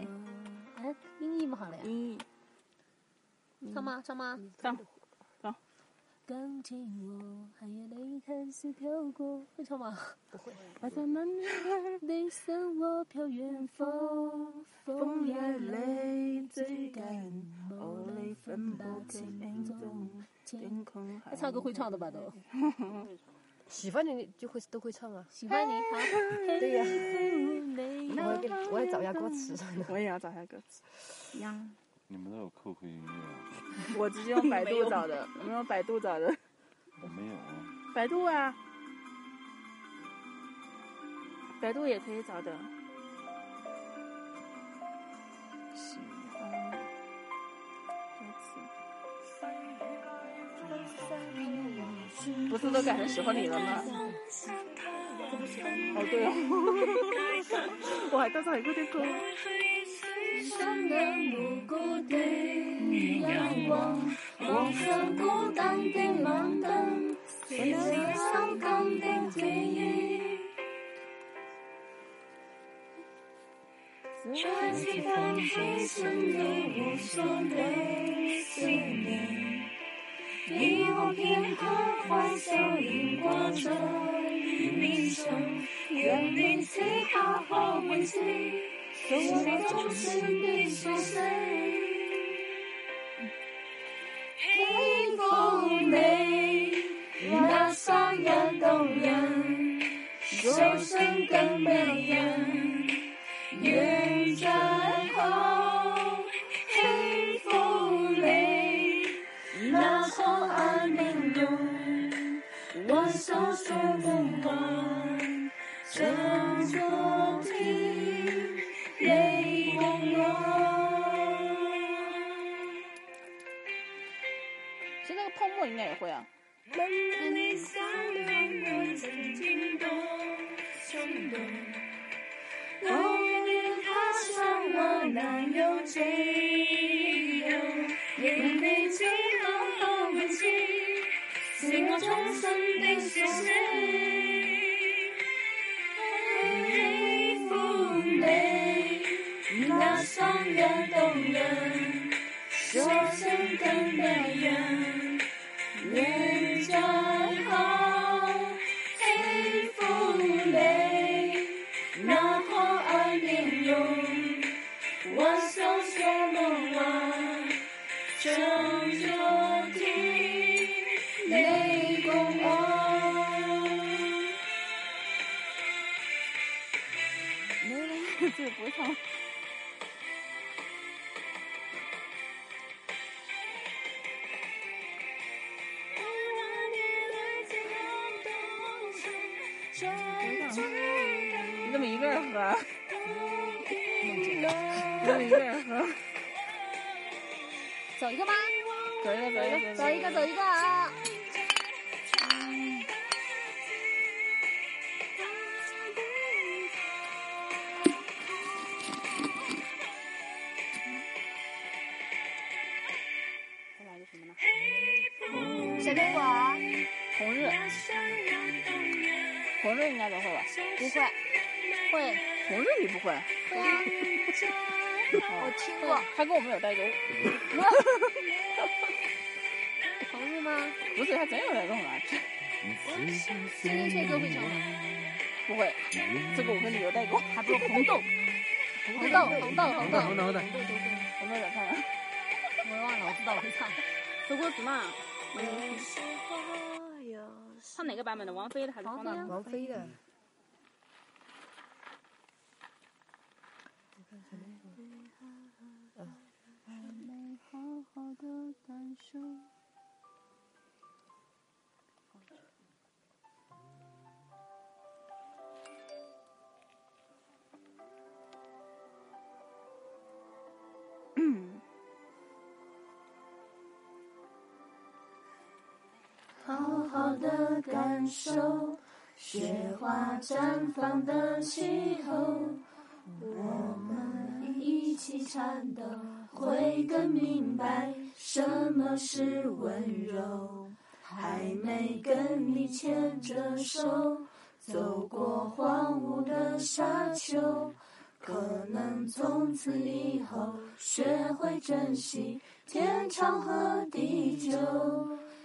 Speaker 3: 哎，音译不好了呀。
Speaker 6: 音
Speaker 3: 译。唱吗？唱吗？
Speaker 6: 唱。
Speaker 3: 钢琴我还有泪看似飘过，会唱吗？不会。
Speaker 6: 把咱们
Speaker 3: 你向我飘远方，
Speaker 6: 风
Speaker 3: 风
Speaker 6: 也
Speaker 3: 也
Speaker 6: 泪
Speaker 3: 泪
Speaker 6: 追
Speaker 3: 追
Speaker 6: 赶
Speaker 3: 赶，
Speaker 6: 我
Speaker 3: 我
Speaker 6: 泪
Speaker 3: 泪
Speaker 6: 分
Speaker 3: 分
Speaker 6: 不
Speaker 3: 不
Speaker 6: 清
Speaker 3: 清
Speaker 6: 影
Speaker 3: 影
Speaker 6: 踪
Speaker 3: 踪。
Speaker 6: 天空海。
Speaker 3: 他唱歌会唱的吧都？
Speaker 10: 喜欢的你就会都会唱啊。
Speaker 13: 喜欢你，好，
Speaker 10: 对呀、我要给 (laughs) 我要找一下歌词。
Speaker 12: 我也要找一下歌词。
Speaker 13: 呀，
Speaker 9: 你们都有扣回音乐啊？
Speaker 12: 我直接用百度找的，我们用百度找的，
Speaker 9: 我没有啊。
Speaker 12: 百度啊，百度也可以找的。喜欢歌词，不是都改成喜欢你了吗？哦对哦，我还带上一个这歌。
Speaker 4: 山的暮鼓的阳光，我想孤单的晚灯，随着伤感的记忆，再次放弃新的无声的思念，以后片刻欢笑凝挂着面上，让年此刻可会知。从我的中心的苏醒，喜欢你，那双眼动人，相信更迷人，愿再好。喜欢你，那可爱面容，我所说的话，像昨天。泪光我。
Speaker 12: 其实那个泡沫应该也会啊。
Speaker 4: 问你想不爱曾经多冲动，我愿他伤我难有自由，仍未知可否会知，是我衷心的小声。喜欢你，那双眼动人，说声更迷人。愿再好，喜欢你，那可爱面容，我所说梦话，像昨天你共我。
Speaker 12: 没人自己不唱。你怎么一个人喝？你怎么一个人喝？
Speaker 3: 走一个吧，
Speaker 12: 走一个，走一个，
Speaker 3: 走一个，走一个啊！
Speaker 12: 再来个什么呢？
Speaker 13: 小苹果，
Speaker 12: 红日，红日应该都会吧？
Speaker 3: 不会，会
Speaker 12: 红日你不会？
Speaker 3: 会啊，
Speaker 12: 我听过。他跟我们有 (laughs) 代沟，
Speaker 3: 同日吗？
Speaker 12: 不是他真有代沟吗？
Speaker 3: 今天这歌会唱吗？
Speaker 12: 不会，这个我跟你有代沟。还不如红豆，
Speaker 3: 红豆，红豆，红豆，
Speaker 8: 红豆红豆红豆
Speaker 12: 红豆咋唱啊？
Speaker 3: 我忘了，我知道我会唱。
Speaker 6: 走歌词嘛，嗯，唱哪个版本的？王菲的还是方大同？
Speaker 10: 王菲的。
Speaker 4: 好好的感受雪花绽放的气候，我们一起颤抖，会更明白什么是温柔。还没跟你牵着手，走过荒芜的沙丘，可能从此以后学会珍惜天长和地久。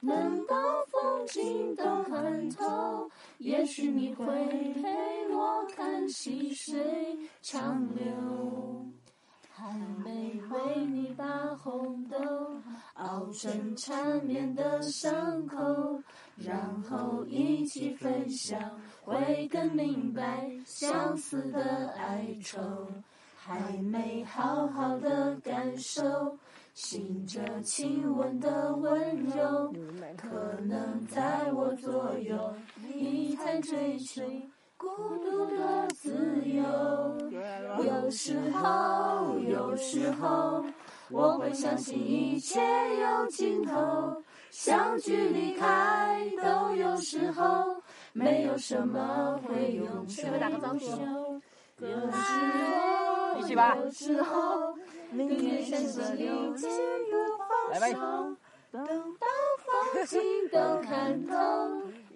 Speaker 4: 能把风景都看透，也许你会陪我看细水长流。还没为你把红豆熬成缠绵的伤口，然后一起分享，会更明白相思的哀愁。还没好好的感受，醒着亲吻的温柔，可能在我左右，你才追求。孤独的自由，有时候，有时候，我会相信一切有尽头，相聚离开都有时候，没有什么会永久。有时候，有时候，宁愿选择流尽不放手，等到风景都看透。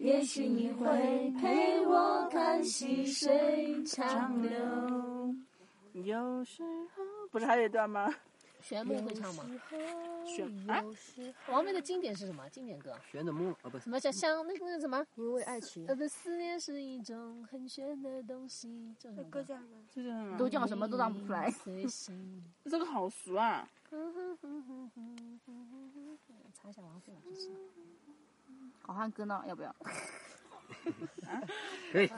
Speaker 4: 也许你会陪我看细水长流。
Speaker 12: 有时候不是还有一段吗？
Speaker 3: 玄牧会唱吗？
Speaker 12: 玄
Speaker 3: 啊，王菲的经典是什么？经典歌？
Speaker 8: 玄的梦啊，不是
Speaker 3: 什么叫像那个那个什么？
Speaker 10: 因为爱情。
Speaker 3: 呃，不，思念是一种很玄的东西。叫什么？
Speaker 10: 歌叫什么？
Speaker 12: 这叫什么？
Speaker 13: 都叫什么都唱不出来。
Speaker 12: 这个好熟啊！
Speaker 3: 查一下王菲吧，这是。
Speaker 13: 好汉歌呢？要不要？
Speaker 8: 可以。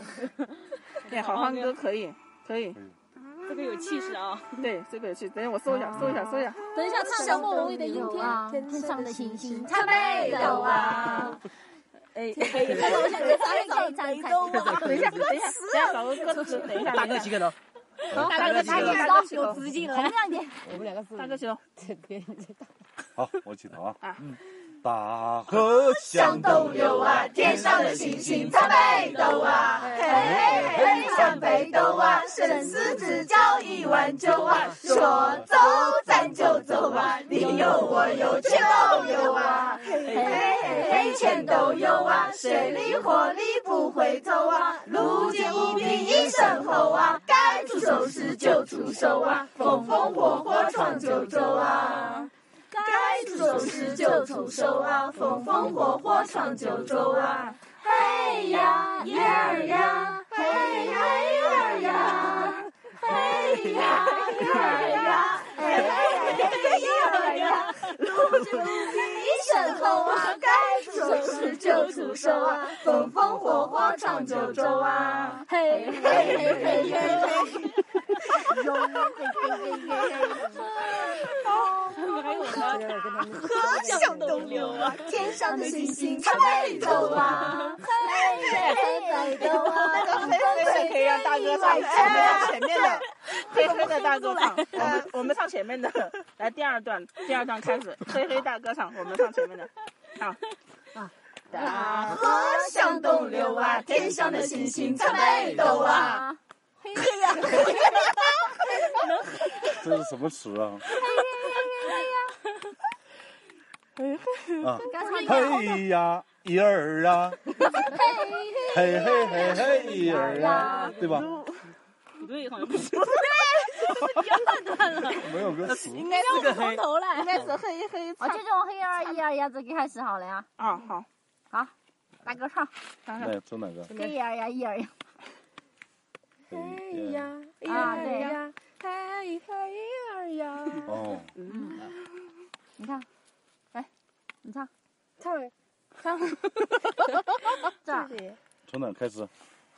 Speaker 12: 对，哎好汉歌可以，可以。
Speaker 5: 这个有气势啊！
Speaker 12: 对，这个有气。等下我搜一下，搜一下，搜一下。
Speaker 3: 等一下唱下莫文蔚的《阴天》，
Speaker 13: 天上的星星
Speaker 4: 参北斗啊！
Speaker 12: 哎，
Speaker 3: 我想再唱一唱，一唱。
Speaker 12: 等一下，等一下，等一下，找个歌词。等一下，
Speaker 8: 大哥几个人？
Speaker 13: 大哥，大哥，有资金了，同样的。
Speaker 12: 我们两个是。大哥起头。
Speaker 9: 好，我起头啊。
Speaker 12: 啊。
Speaker 9: 大河向东流啊，
Speaker 4: 天上的星星参北斗啊，嘿嘿嘿，向北斗啊，生死只交一碗酒啊，说走咱就走啊，你有我有全都有啊，嘿嘿嘿嘿，全都有啊，水里火里不回头啊，路见不平一声吼啊，该出手时就出手啊，风风火火闯九州啊。该出手时就出手啊，风风火火闯九州啊！嘿呀耶儿呀，嘿呀耶儿呀，嘿呀耶儿呀，嘿呀耶儿呀，路见不平一声吼啊，该出手时就出手啊，风风火火闯九州啊！嘿嘿嘿嘿嘿嘿。
Speaker 5: 河向东流啊，
Speaker 4: 天上的星星参北斗啊，嘿，北斗啊，
Speaker 12: 那个黑黑的可以让大哥唱，前面的黑黑的大哥唱，我们我们唱前面的，来第二段，第二段开始，黑黑大哥唱，我们唱前面的，好。
Speaker 4: 大河向东流啊，天上的星星参北斗啊。
Speaker 13: 嘿呀，嘿呀，
Speaker 9: 这是什么词啊？啊，嘿呀，一儿啊，嘿嘿嘿嘿一儿啊，对吧？
Speaker 5: 不对，好像不是，要判断了。
Speaker 9: 没有歌词，
Speaker 13: 应该是从头来，
Speaker 12: 应该是嘿嘿。
Speaker 13: 哦，就从嘿二一二呀，这个开始好了呀。
Speaker 12: 啊，好，
Speaker 13: 好，大哥唱。
Speaker 9: 来，唱哪个？
Speaker 13: 嘿二呀，一儿呀。
Speaker 9: 嘿哎呀，
Speaker 4: 哎
Speaker 13: 啊对呀，
Speaker 12: 嘿嘿二呀。
Speaker 9: 哦，
Speaker 13: 嗯，你看。你唱，
Speaker 10: 唱，
Speaker 13: 唱，这儿
Speaker 9: 从哪开始？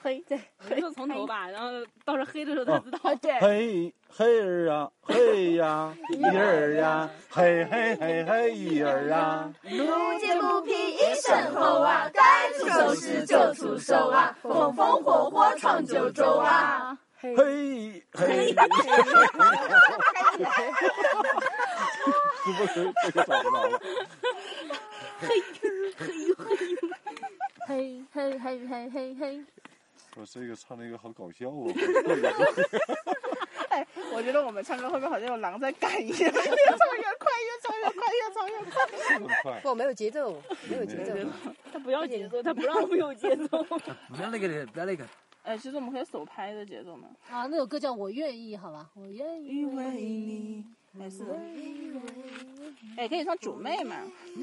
Speaker 10: 黑对，
Speaker 5: 就从头吧，然后到时候黑的时候他知道。
Speaker 10: 对，
Speaker 9: 嘿嘿儿啊，嘿呀，一儿呀，嘿嘿嘿嘿一儿啊。
Speaker 4: 路见不平一声吼啊，该出手时就出手啊，风风火火闯九州啊。
Speaker 9: 嘿嘿嘿。是不是这个找不着了？
Speaker 13: 嘿嘿嘿嘿嘿嘿！
Speaker 9: 我这个唱那个好搞笑啊！
Speaker 12: 哎，我觉得我们唱歌会不会好像有狼在赶一样？越唱越快，越唱越快，越唱越快。
Speaker 9: 这么快？
Speaker 10: 不，没有节奏，没有节 (laughs) 奏。
Speaker 5: 他不要节奏，他不让我们有节奏。
Speaker 8: 不要那个，不要那个。
Speaker 12: 哎，其实我们可以手拍的节奏嘛。
Speaker 3: 啊，那首歌叫我愿意，好吧？我愿意
Speaker 12: 为你。还是哎，可以唱九妹嘛，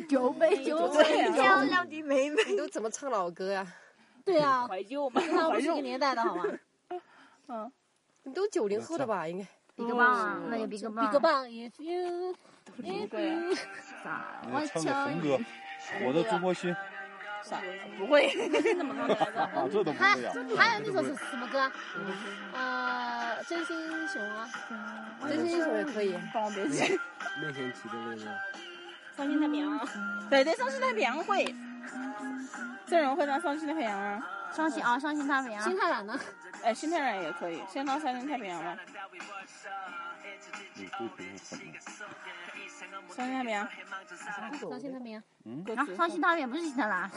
Speaker 10: 九妹九妹，
Speaker 3: 嗯
Speaker 12: 漂亮
Speaker 10: 的妹妹，你都怎么唱老歌呀？
Speaker 3: 对
Speaker 10: 啊
Speaker 3: 呀，
Speaker 12: 怀旧嘛，
Speaker 10: (laughs)
Speaker 3: 那不是一个年代的好吗？
Speaker 12: 嗯，
Speaker 10: 你都九零后的吧？应 (laughs) 该。
Speaker 3: Big Bang，那个啊嗯 Big Bang，Big Bang，If you，
Speaker 9: 我唱个红歌，我的中国心。
Speaker 12: 啥？不会，那么高
Speaker 9: 啊，这都不
Speaker 3: 还
Speaker 9: 会呀。
Speaker 3: 还有那首是什么歌？呃，真心英雄啊，
Speaker 10: 真心英雄也可以。
Speaker 12: 帮我别记。
Speaker 8: 那天骑的那个。
Speaker 6: 伤心太平洋。
Speaker 12: 对对，伤心太平洋会。这人会唱伤心太平洋啊？
Speaker 3: 伤心啊，伤心太平洋。
Speaker 12: 心
Speaker 3: 太软呢？
Speaker 12: 哎，心太软也可以，先唱伤心太平洋吧。
Speaker 9: 你会不会唱？
Speaker 12: 伤心太平洋。
Speaker 3: 伤心太平洋。
Speaker 9: 嗯。
Speaker 3: 啊，伤心太平洋不是心太软。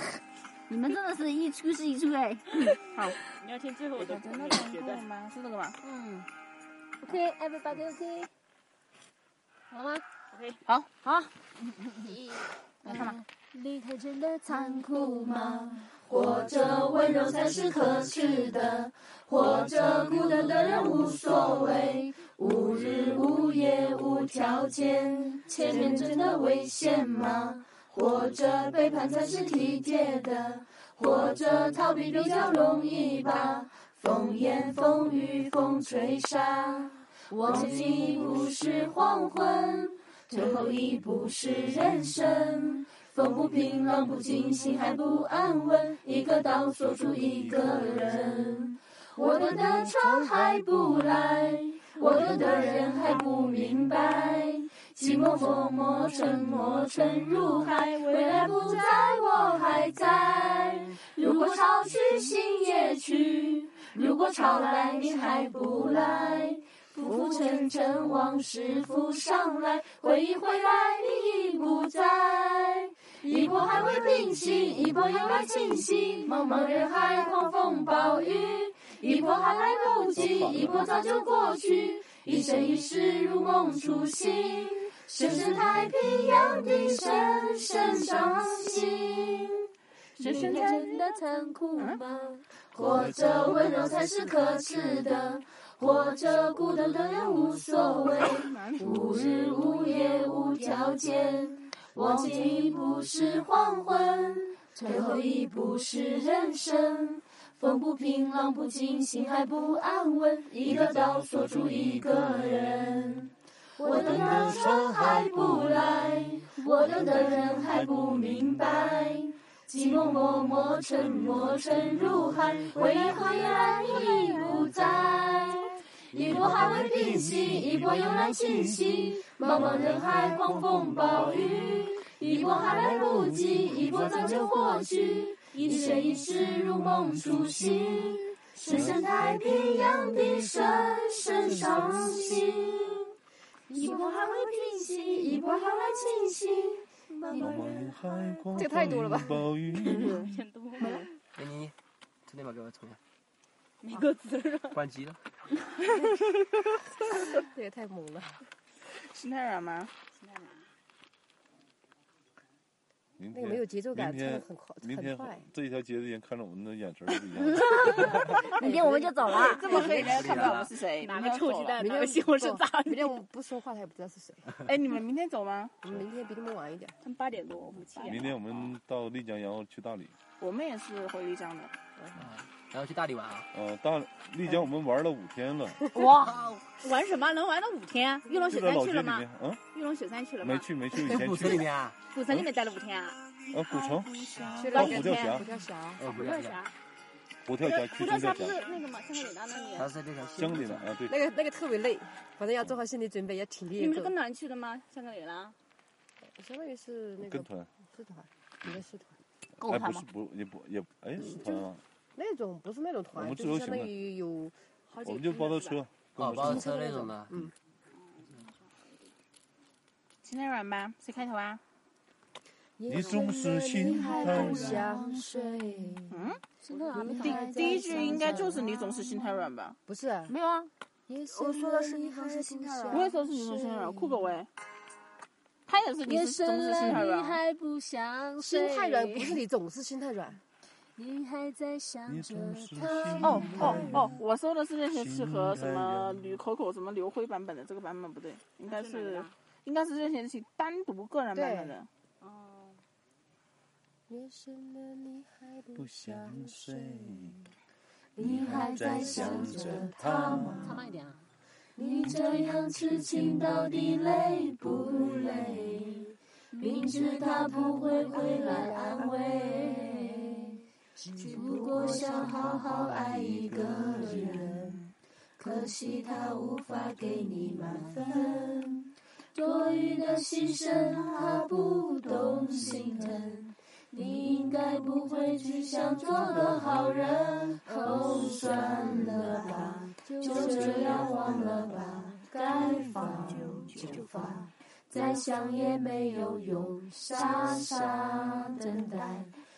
Speaker 3: 你们真的是一出是一出哎。
Speaker 12: 好，
Speaker 6: 你要听最后一个，
Speaker 12: 真的很酷吗？是这个吗？
Speaker 3: 嗯。OK，everybody OK。好了吗
Speaker 6: ？OK。
Speaker 12: 好，
Speaker 3: 好。嗯
Speaker 12: 来看吧。
Speaker 3: 离开真的残酷吗？
Speaker 4: 活着温柔才是可耻的，活着孤单的人无所谓，无日无夜无条件，前面真的危险吗？活着背叛才是体贴的，活着逃避比较容易吧，风言风语风吹沙，我前进一步是黄昏，退后一步是人生。风不平，浪不静，心还不安稳，一个岛锁住一个人。我等的船还不来，我等的人还不明白。寂寞默默沉没沉入海，未来不在，我还在。如果潮去，心也去；如果潮来，你还不来。浮浮沉沉，往事浮上来，回忆回来，你已不在。一波还未平息，一波又来侵袭，茫茫人海，狂风暴雨。一波还来不及，一波早就过去，一生一世如梦初醒，深深太平洋的深深伤心。人生真的残酷吗？活着温柔才是可耻的，活着孤独的人无所谓，无日无夜无条件。往前一步是黄昏，退后一步是人生。风不平，浪不静，心还不安稳，一个岛锁住一个人。我等的船还不来，我等的人还不明白。寂寞默默沉没沉入海，回忆回来你已不在。一波还未平息，一波又来侵袭，茫茫人海，狂风暴雨。一波还来不及，一波早就过去，一生一世如梦初醒，深深太平洋的深深伤心。一波还未平息，一波还来侵袭。
Speaker 10: 这个太多了吧？
Speaker 6: 很多。
Speaker 8: 哎，你昨天把给我重一下，
Speaker 12: 一个字啊。
Speaker 8: 关机了。
Speaker 10: 这也太猛了。
Speaker 12: 心太软吗？
Speaker 9: 明
Speaker 10: 那个没有节奏感，
Speaker 9: 明天
Speaker 10: 唱得很快，
Speaker 9: 明天 (laughs)
Speaker 10: 很快。
Speaker 9: 这一条街的人看着我们的眼神儿不一样了。
Speaker 3: 明天我们就走了。
Speaker 12: 这么黑人看不到我们是谁？
Speaker 1: 哪
Speaker 12: 明
Speaker 1: 个
Speaker 12: 天
Speaker 1: 臭
Speaker 12: 走
Speaker 1: 鸡
Speaker 12: 了
Speaker 1: 蛋，
Speaker 10: 明
Speaker 1: 哪个
Speaker 10: 天
Speaker 1: 西红柿
Speaker 10: 不
Speaker 1: 炸
Speaker 10: 哦明天我们不说话，他也不知道是谁。
Speaker 12: 哎，你们明天走吗？
Speaker 10: 我们明天比你们晚一点。
Speaker 12: 他们八点多，我们七点。
Speaker 9: 明天我们到丽江，然后去大理。
Speaker 12: 我们也是回丽江的。
Speaker 8: 然后去大理玩啊。
Speaker 9: 呃，大丽江我们玩了五天了，
Speaker 3: 嗯
Speaker 6: 哇，玩什么？能玩到五天？啊玉龙雪
Speaker 9: 就在
Speaker 3: 哎
Speaker 6: 山
Speaker 9: 老
Speaker 6: 去
Speaker 9: 街
Speaker 6: 了
Speaker 9: 里
Speaker 6: 吗
Speaker 9: 面？，嗯，
Speaker 6: 玉龙雪山去了吗？
Speaker 9: 没去没去，以前
Speaker 8: 古
Speaker 9: 去
Speaker 8: 城里面啊。
Speaker 6: 古城里面待了五天啊。
Speaker 9: 啊，古城，
Speaker 10: 去
Speaker 9: 到
Speaker 10: 了
Speaker 9: 虎跳峡
Speaker 10: 虎，跳峡，
Speaker 8: 哦，不
Speaker 6: 不跳
Speaker 8: 要不要
Speaker 6: 峡，
Speaker 9: 虎跳峡，去
Speaker 6: 不跳
Speaker 9: 真
Speaker 6: 峡
Speaker 9: 跳
Speaker 6: 不
Speaker 9: 峡，
Speaker 6: 是那个吗？香格里拉那里。
Speaker 8: 它是这条线。
Speaker 9: 江里的啊，对，
Speaker 10: 那个那个特别累，反正要做好心理准备，要体力
Speaker 6: 你
Speaker 10: 也
Speaker 6: 们是
Speaker 10: 够
Speaker 6: 跟。团去的吗？香格里拉？
Speaker 10: 相当于是那个
Speaker 9: 跟团，
Speaker 10: 是团，一个是团，
Speaker 3: 哦
Speaker 9: 哎，不是不也不也哎是团啊，
Speaker 10: 那种不是那种
Speaker 9: 我
Speaker 10: 团，
Speaker 9: 们
Speaker 10: 就
Speaker 9: 自由
Speaker 10: 是
Speaker 9: 行
Speaker 10: 相当
Speaker 9: 的
Speaker 10: 于有好几
Speaker 9: 我们
Speaker 10: 个
Speaker 9: 就包
Speaker 10: 团
Speaker 9: 的
Speaker 10: 吧
Speaker 9: 车，
Speaker 8: 哦，包车那种的。
Speaker 10: 嗯，
Speaker 12: 心太软吧，谁开头啊？
Speaker 9: 你总是心太
Speaker 10: 啊
Speaker 9: 软，
Speaker 6: 哦
Speaker 4: 睡。
Speaker 12: 嗯，
Speaker 3: 心太软没
Speaker 12: 第
Speaker 3: 走。
Speaker 6: 啊
Speaker 12: 第一句应该就是你总是心太软吧？
Speaker 10: 不是啊，
Speaker 3: 没有啊，
Speaker 4: 我说的是你总是心太
Speaker 12: 我也说是你总是心太软，酷狗哎，他也是你
Speaker 3: 夜
Speaker 12: 总
Speaker 3: 深
Speaker 12: 是心太
Speaker 3: 了你
Speaker 12: 软。
Speaker 3: 还不想
Speaker 10: 心
Speaker 3: 睡。
Speaker 10: 太软不是你总是心太软，
Speaker 4: 你还在想着他
Speaker 12: 哦哦哦，我搜的是那些是和什么吕可可、什么刘辉版本的，这个版本不对，应该是应该是任贤齐单独个人版本的。
Speaker 4: 哦。为什么你还不想睡？
Speaker 9: 你还在想着他吗？
Speaker 3: 唱慢一点啊！
Speaker 4: 你这样痴情到底累不累？明知他不会回来安慰，只不过想好好爱一个人，可惜他无法给你满分，多余的牺牲他不懂心疼。你应该不会只想做个好人，哦，算了吧，就这样忘了吧，该放就放，再想也没有用，傻傻等待，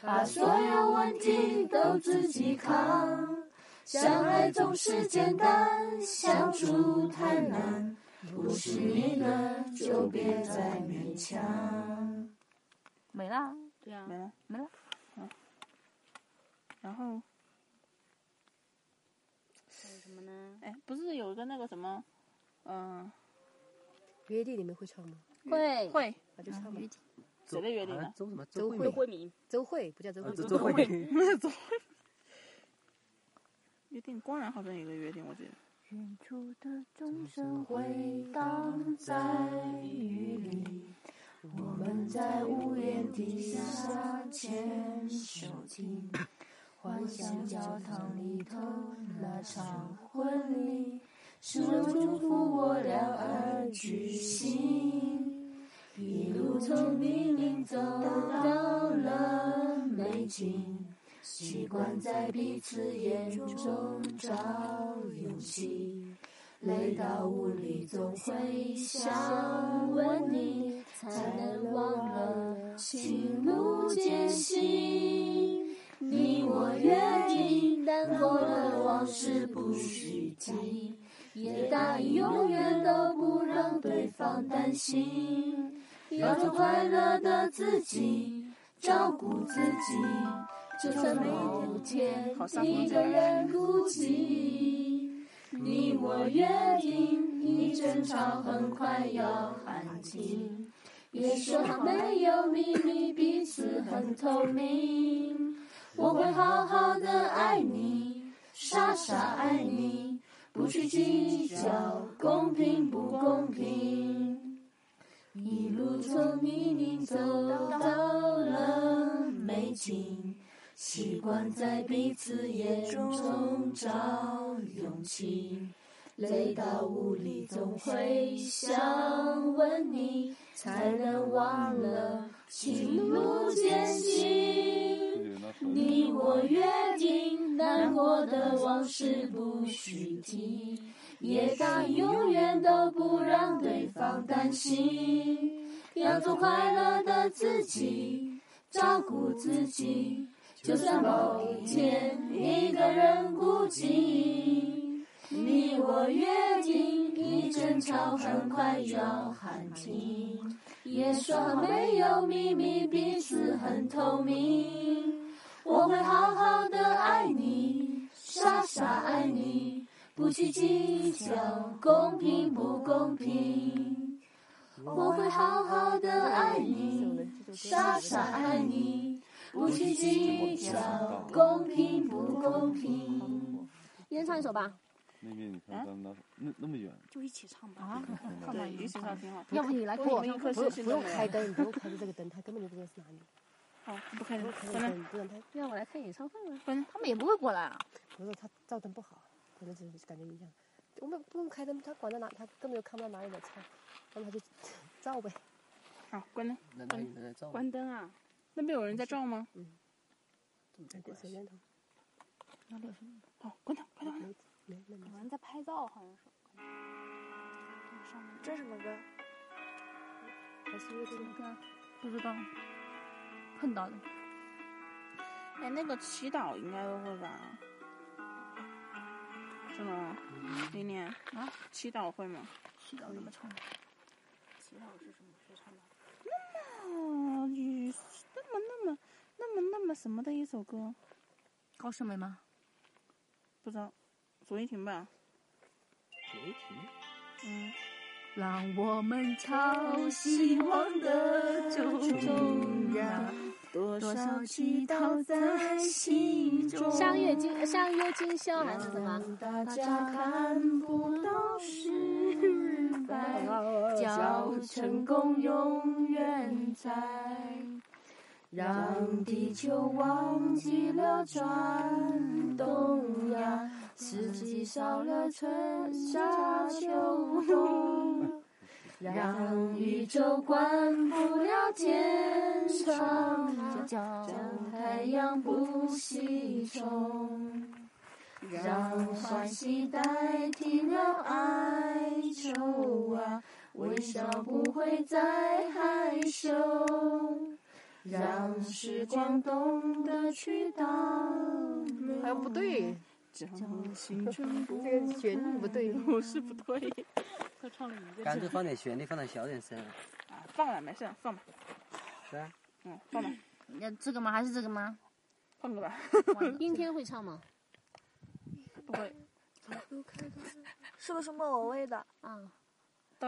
Speaker 4: 把所有问题都自己扛。相爱总是简单，相处太难，不是你的就别再勉强。
Speaker 13: 没了，
Speaker 12: 对呀、啊，
Speaker 13: 没了，没了，
Speaker 12: 嗯，然后
Speaker 13: 还有什么呢？
Speaker 12: 哎，不是有一个那个什么，嗯、呃，
Speaker 10: 约定你们会唱吗？
Speaker 13: 会
Speaker 12: 会，嗯
Speaker 10: 那就唱吧。
Speaker 12: 谁的约定啊呢？
Speaker 8: 啊周什么？
Speaker 10: 周
Speaker 8: 慧啊
Speaker 10: 敏。周慧不叫
Speaker 6: 啊
Speaker 10: 周慧，
Speaker 8: 周慧
Speaker 12: 敏。周慧。约定光然好像有个约定，我记得。
Speaker 4: 远处的钟声回荡在雨里。我们在屋檐底下牵手听，幻想教堂里头那场婚礼，是祝福我俩而举行。一路从泥泞走到了美景，习惯在彼此眼中找勇气。累到无力，总会想问你，才能忘了情路艰辛。你我约定，难过的往事不许提，也答应永远都不让对方担心。要做快乐的自己，照顾自己，就算某天一个人孤寂。你我约定，一争吵很快要喊停。别说没有秘密，彼此很透明。我会好好的爱你，傻傻爱你，不去计较公平不公平。一路从泥泞走到了美景。习惯在彼此眼中找勇气，累到无力总会想问你，才能忘了情路艰辛。你我约定，难过的往事不许提，也答应永远都不让对方担心。要做快乐的自己，照顾自己。就算某天一个人孤寂，你我约定，一争吵很快要喊停。也说没有秘密，彼此很透明。我会好好的爱你，傻傻爱你，不去计较公平不公平。我会好好的爱你，傻傻爱你。不去计较公平不公平。
Speaker 3: 一人唱一首吧。
Speaker 9: 妹妹，你看咱们那那那么远，
Speaker 13: 就一起唱吧。啊，
Speaker 12: 唱吧，一起唱挺好。
Speaker 3: 要不你来给我，
Speaker 10: 不不用开灯，不用开这个灯，他根本就不知道是哪里。
Speaker 12: 好，不开灯，
Speaker 10: 不灯，不让他。
Speaker 3: 让我来看演唱会吗？
Speaker 12: 反正
Speaker 13: 嗯他们也不会过来啊。
Speaker 10: 不是他照灯不好，可能只是感觉影响。我们不用开灯，他管在哪，他根本就看不到哪里在唱，那么他就 (laughs) 照呗。
Speaker 12: 好，关灯。
Speaker 13: 关灯啊。
Speaker 12: 那边有人在照吗？
Speaker 10: 嗯，
Speaker 8: 这么点关系。
Speaker 13: 哪里有声音？
Speaker 12: 哦，滚蛋，快点！
Speaker 13: 有人在拍照，好像是。
Speaker 2: 这什么歌？
Speaker 10: 还是
Speaker 13: 什么歌？不知道，碰到的。
Speaker 12: 哎，那个祈祷应该都会吧？是吗？琳琳
Speaker 13: 啊，
Speaker 12: 祈祷会吗？
Speaker 13: 祈祷怎么唱？
Speaker 12: 祈祷是什么时候唱的？那么哦与那么那么那么那么什么的一首歌？
Speaker 13: 高胜美吗？
Speaker 12: 不知道，左一婷吧。
Speaker 8: 左一婷。
Speaker 12: 嗯。
Speaker 13: 让我们朝希望的种种呀。
Speaker 12: 多少祈祷在心中。
Speaker 3: 上月经上月经宵还是什么？
Speaker 4: 大家看不到失败，叫成功永远在，让地球忘记了转动呀，四季少了春夏秋冬。让宇宙管不了天长，将太阳不息冲，让欢喜代替了哀愁啊，微笑不会再害羞，让时光懂得去倒流。
Speaker 10: 还不对，
Speaker 12: 这个
Speaker 10: 旋律不对，
Speaker 12: 我是不对。
Speaker 10: 他唱了一个。
Speaker 8: 干脆放点旋律，放点小点声。
Speaker 12: 啊，放了，没事，放吧。
Speaker 8: 是啊。
Speaker 12: 嗯，放吧。
Speaker 13: 那这个吗？还是这个吗？
Speaker 12: 换个 (laughs) 吧。
Speaker 3: 阴天会唱吗？
Speaker 12: 不会。
Speaker 2: (laughs) 是不是莫文蔚的？
Speaker 3: 嗯。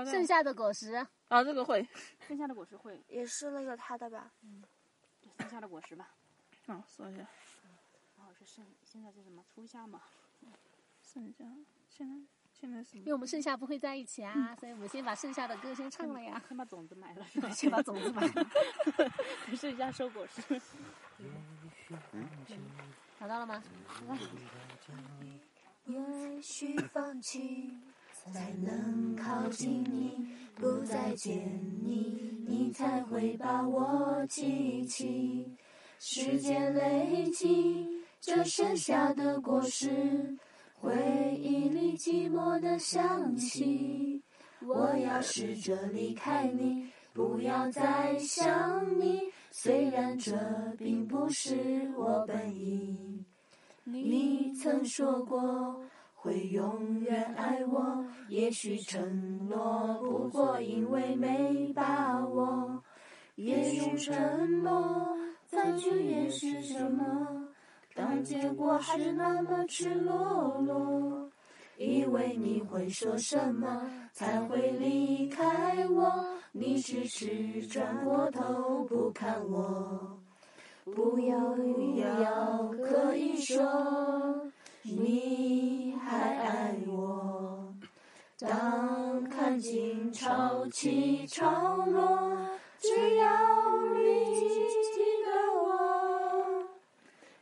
Speaker 12: 剩
Speaker 3: 下的果实。
Speaker 12: 啊，这个会。
Speaker 13: 剩下的果实会。
Speaker 2: 也是那个他的吧？
Speaker 13: 嗯。剩下的果实吧。
Speaker 12: 嗯，搜一下。
Speaker 13: 然后是剩，现在是什么？初夏嘛。
Speaker 12: 剩下，现在。现在什么？因
Speaker 3: 为我们盛夏不会在一起啊，嗯、所以我们先把盛夏的歌先唱了呀。
Speaker 13: 先把种子埋了，
Speaker 3: (laughs) 先把种子埋了，
Speaker 13: 等盛夏收果实。
Speaker 3: 嗯，找到了吗？
Speaker 4: 也许放弃才能靠近你，不再见你，你才会把我记起。时间累积这盛夏的果实。回忆里寂寞的香气，我要试着离开你，不要再想你。虽然这并不是我本意，你曾说过会永远爱我，也许承诺不过因为没把握，也许沉默再去掩饰什么。当结果还是那么赤裸裸，以为你会说什么才会离开我？你只是转过头不看我。不要不要可以说你还爱我。当看尽潮起潮落，只要你记得我。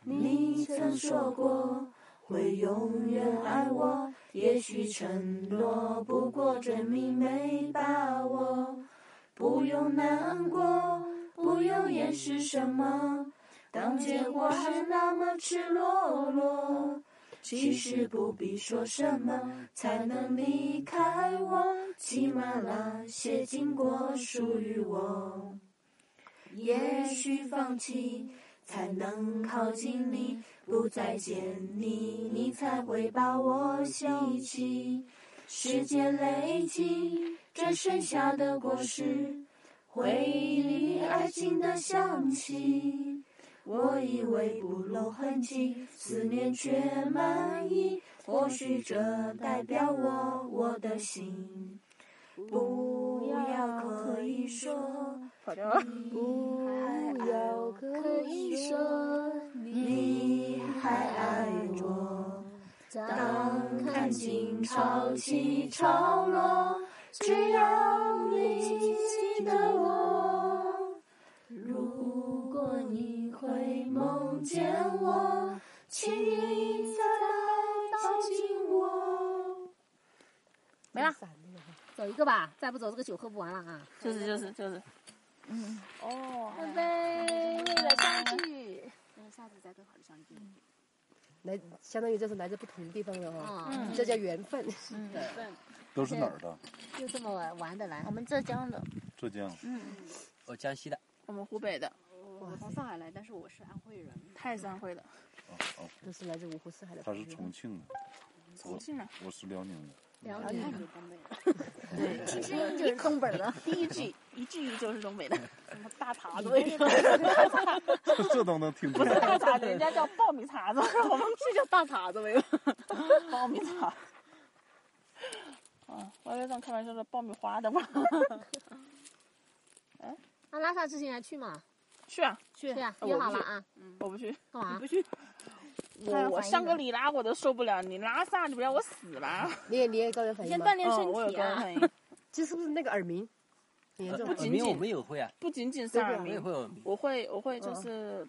Speaker 4: 你曾说过会永远爱我，也许承诺不过证明没把握。不用难过，不用掩饰什么，当结果还那么赤裸裸。其实不必说什么才能离开我，起码那些经过属于我。也许放弃。才能靠近你，不再见你，你才会把我记起。时间累积这剩下的果实，回忆里爱情的香气。我以为不露痕迹，思念却满意。或许这代表我我的心。不要可以说。不要可以说你还爱我。当看尽潮起潮落，只要你记得我。如果你会梦见我，请你再靠近我。
Speaker 3: 没了，走一个吧，再不走这个酒喝不完了啊！
Speaker 12: 就是就是就是。
Speaker 13: 嗯
Speaker 2: 哦，
Speaker 3: 干杯！为了相嗯
Speaker 13: 聚，那下次再更好的相聚。
Speaker 10: (laughs) 来相当于这是来自不同地方的哈、嗯，这叫缘分。
Speaker 3: 嗯，缘分。
Speaker 9: 都是哪儿的？
Speaker 3: 就这么玩玩得来。
Speaker 14: 我们浙江的。
Speaker 9: 浙江。
Speaker 14: 嗯。
Speaker 8: 我江西的。
Speaker 1: 我们湖北的。
Speaker 2: 我从上海来，但是我是安徽人。
Speaker 1: 他也是安徽的。
Speaker 9: 哦哦。
Speaker 10: 都是来自五湖四海的。啊
Speaker 9: 他是重庆的。
Speaker 1: 重庆
Speaker 8: (laughs)
Speaker 1: 的。
Speaker 9: 我是辽宁的。 (laughs)
Speaker 3: 辽宁
Speaker 2: 的。
Speaker 3: 对，其实就是东北的。
Speaker 1: 第一句一句就是东
Speaker 8: (laughs)
Speaker 1: 北的，
Speaker 2: 什么大碴子，
Speaker 9: 这这都能听出来。
Speaker 1: 大碴子，啊人家叫爆米碴子，我们
Speaker 3: 是叫大碴子没有？
Speaker 1: (laughs) 爆米碴。啊，我在上开玩笑说爆米花的吧。
Speaker 3: 哎，那拉萨之前还去吗？
Speaker 1: 去啊，
Speaker 3: 去啊，
Speaker 1: 约
Speaker 3: 好了啊。嗯，
Speaker 1: 我不去，
Speaker 3: 干
Speaker 12: 啊
Speaker 3: 嘛？
Speaker 1: 不去。我我香格里拉我都受不了，你拉萨你不让我死了。嗯
Speaker 10: 你也你也高原反应
Speaker 2: 先锻炼身
Speaker 1: 体
Speaker 12: (laughs)
Speaker 2: 啊。
Speaker 10: 这是不是那个耳鸣？
Speaker 1: 不仅仅
Speaker 8: 我们也会啊，
Speaker 1: 不仅仅是耳鸣，
Speaker 12: 啊
Speaker 8: 我
Speaker 1: 会我会
Speaker 2: 嗯
Speaker 1: 就是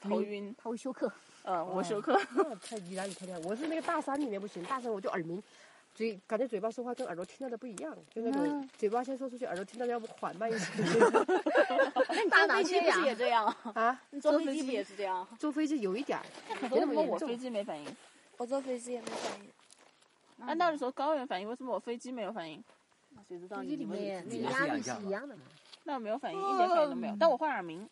Speaker 1: 头晕，
Speaker 3: 他会休克。
Speaker 1: 嗯，
Speaker 2: 哦
Speaker 1: 我休克。
Speaker 10: 啊太你太厉害！我是那个大山里面不行，大山我就耳鸣，嘴感觉嘴巴说话跟耳朵听到的不一样，就那种嘴巴先说出去，耳朵听到的要不缓慢一些。 (laughs)
Speaker 3: 大脑缺氧
Speaker 2: 也这样
Speaker 1: (laughs)
Speaker 10: 啊？
Speaker 2: 你坐飞机不也是这样？
Speaker 10: 坐飞机有一点，
Speaker 1: 为什么我飞机没反应？
Speaker 4: 我坐飞机也没反应。
Speaker 1: 按道理说高原反应，为什么我飞机没有反应？
Speaker 2: 谁知道你们
Speaker 3: 那压力是一样的嘛？
Speaker 1: 那我没有反应，一点反应都没
Speaker 2: 嗯
Speaker 1: 有。但我患耳鸣，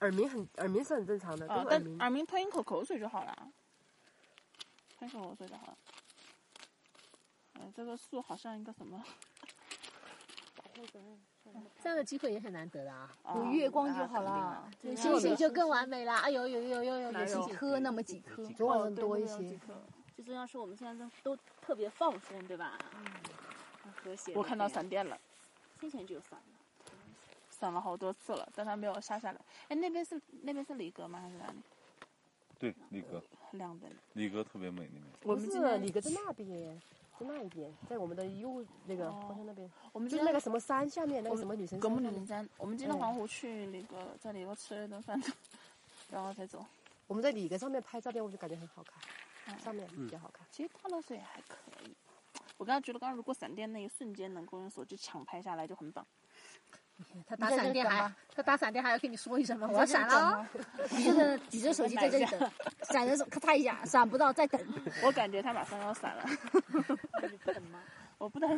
Speaker 10: 耳鸣很耳鸣是很正常的。
Speaker 1: 啊，但耳鸣吞一口口水就好了，吞一口口水就好了。哎，这个树好像一个什么？
Speaker 3: 这样的机会也很难得的啊！
Speaker 1: 呃
Speaker 2: 有月光就好
Speaker 1: 啊
Speaker 2: 了，
Speaker 3: 星星就更完美了。哎呦呦呦呦呦，有几颗那么几颗，
Speaker 10: 昨
Speaker 1: 哦
Speaker 10: 晚多一些。
Speaker 2: 最重要是我们现在都特别放松，对吧？和谐。
Speaker 1: 我看到闪电了，
Speaker 2: 先前就有闪了，
Speaker 1: 闪了好多次了，但它没有下下来。哎，那边是那边是李哥吗？还是哪里？
Speaker 9: 对，李哥。
Speaker 1: 两边。
Speaker 9: 李哥特别美那边。
Speaker 10: 我们是李哥在那边，在那一边，在我们的右那个黄山那边。
Speaker 1: 哦我们
Speaker 10: 就那个什么山下面那个什么女神
Speaker 1: 山。我们女神山，我们今
Speaker 2: 嗯
Speaker 1: 天黄湖去那个在里头吃了顿饭，然后才走。
Speaker 10: 我们在李哥上面拍照片，我就感觉很好
Speaker 1: 嗯
Speaker 10: 看，上面比较好看。
Speaker 1: 其实大露水还可以。我刚才觉得，刚刚如果闪电那一瞬间能够用手机抢拍下来，就很棒。
Speaker 3: 他打闪电还他打闪电还要跟你说一声吗？我要闪了，你就在举着手机在这里等， (laughs) 闪人手咔嚓一下，闪不到再等。
Speaker 2: (laughs)
Speaker 1: (laughs) 我感觉他马上要闪了。
Speaker 2: 等吗？
Speaker 1: 我不等。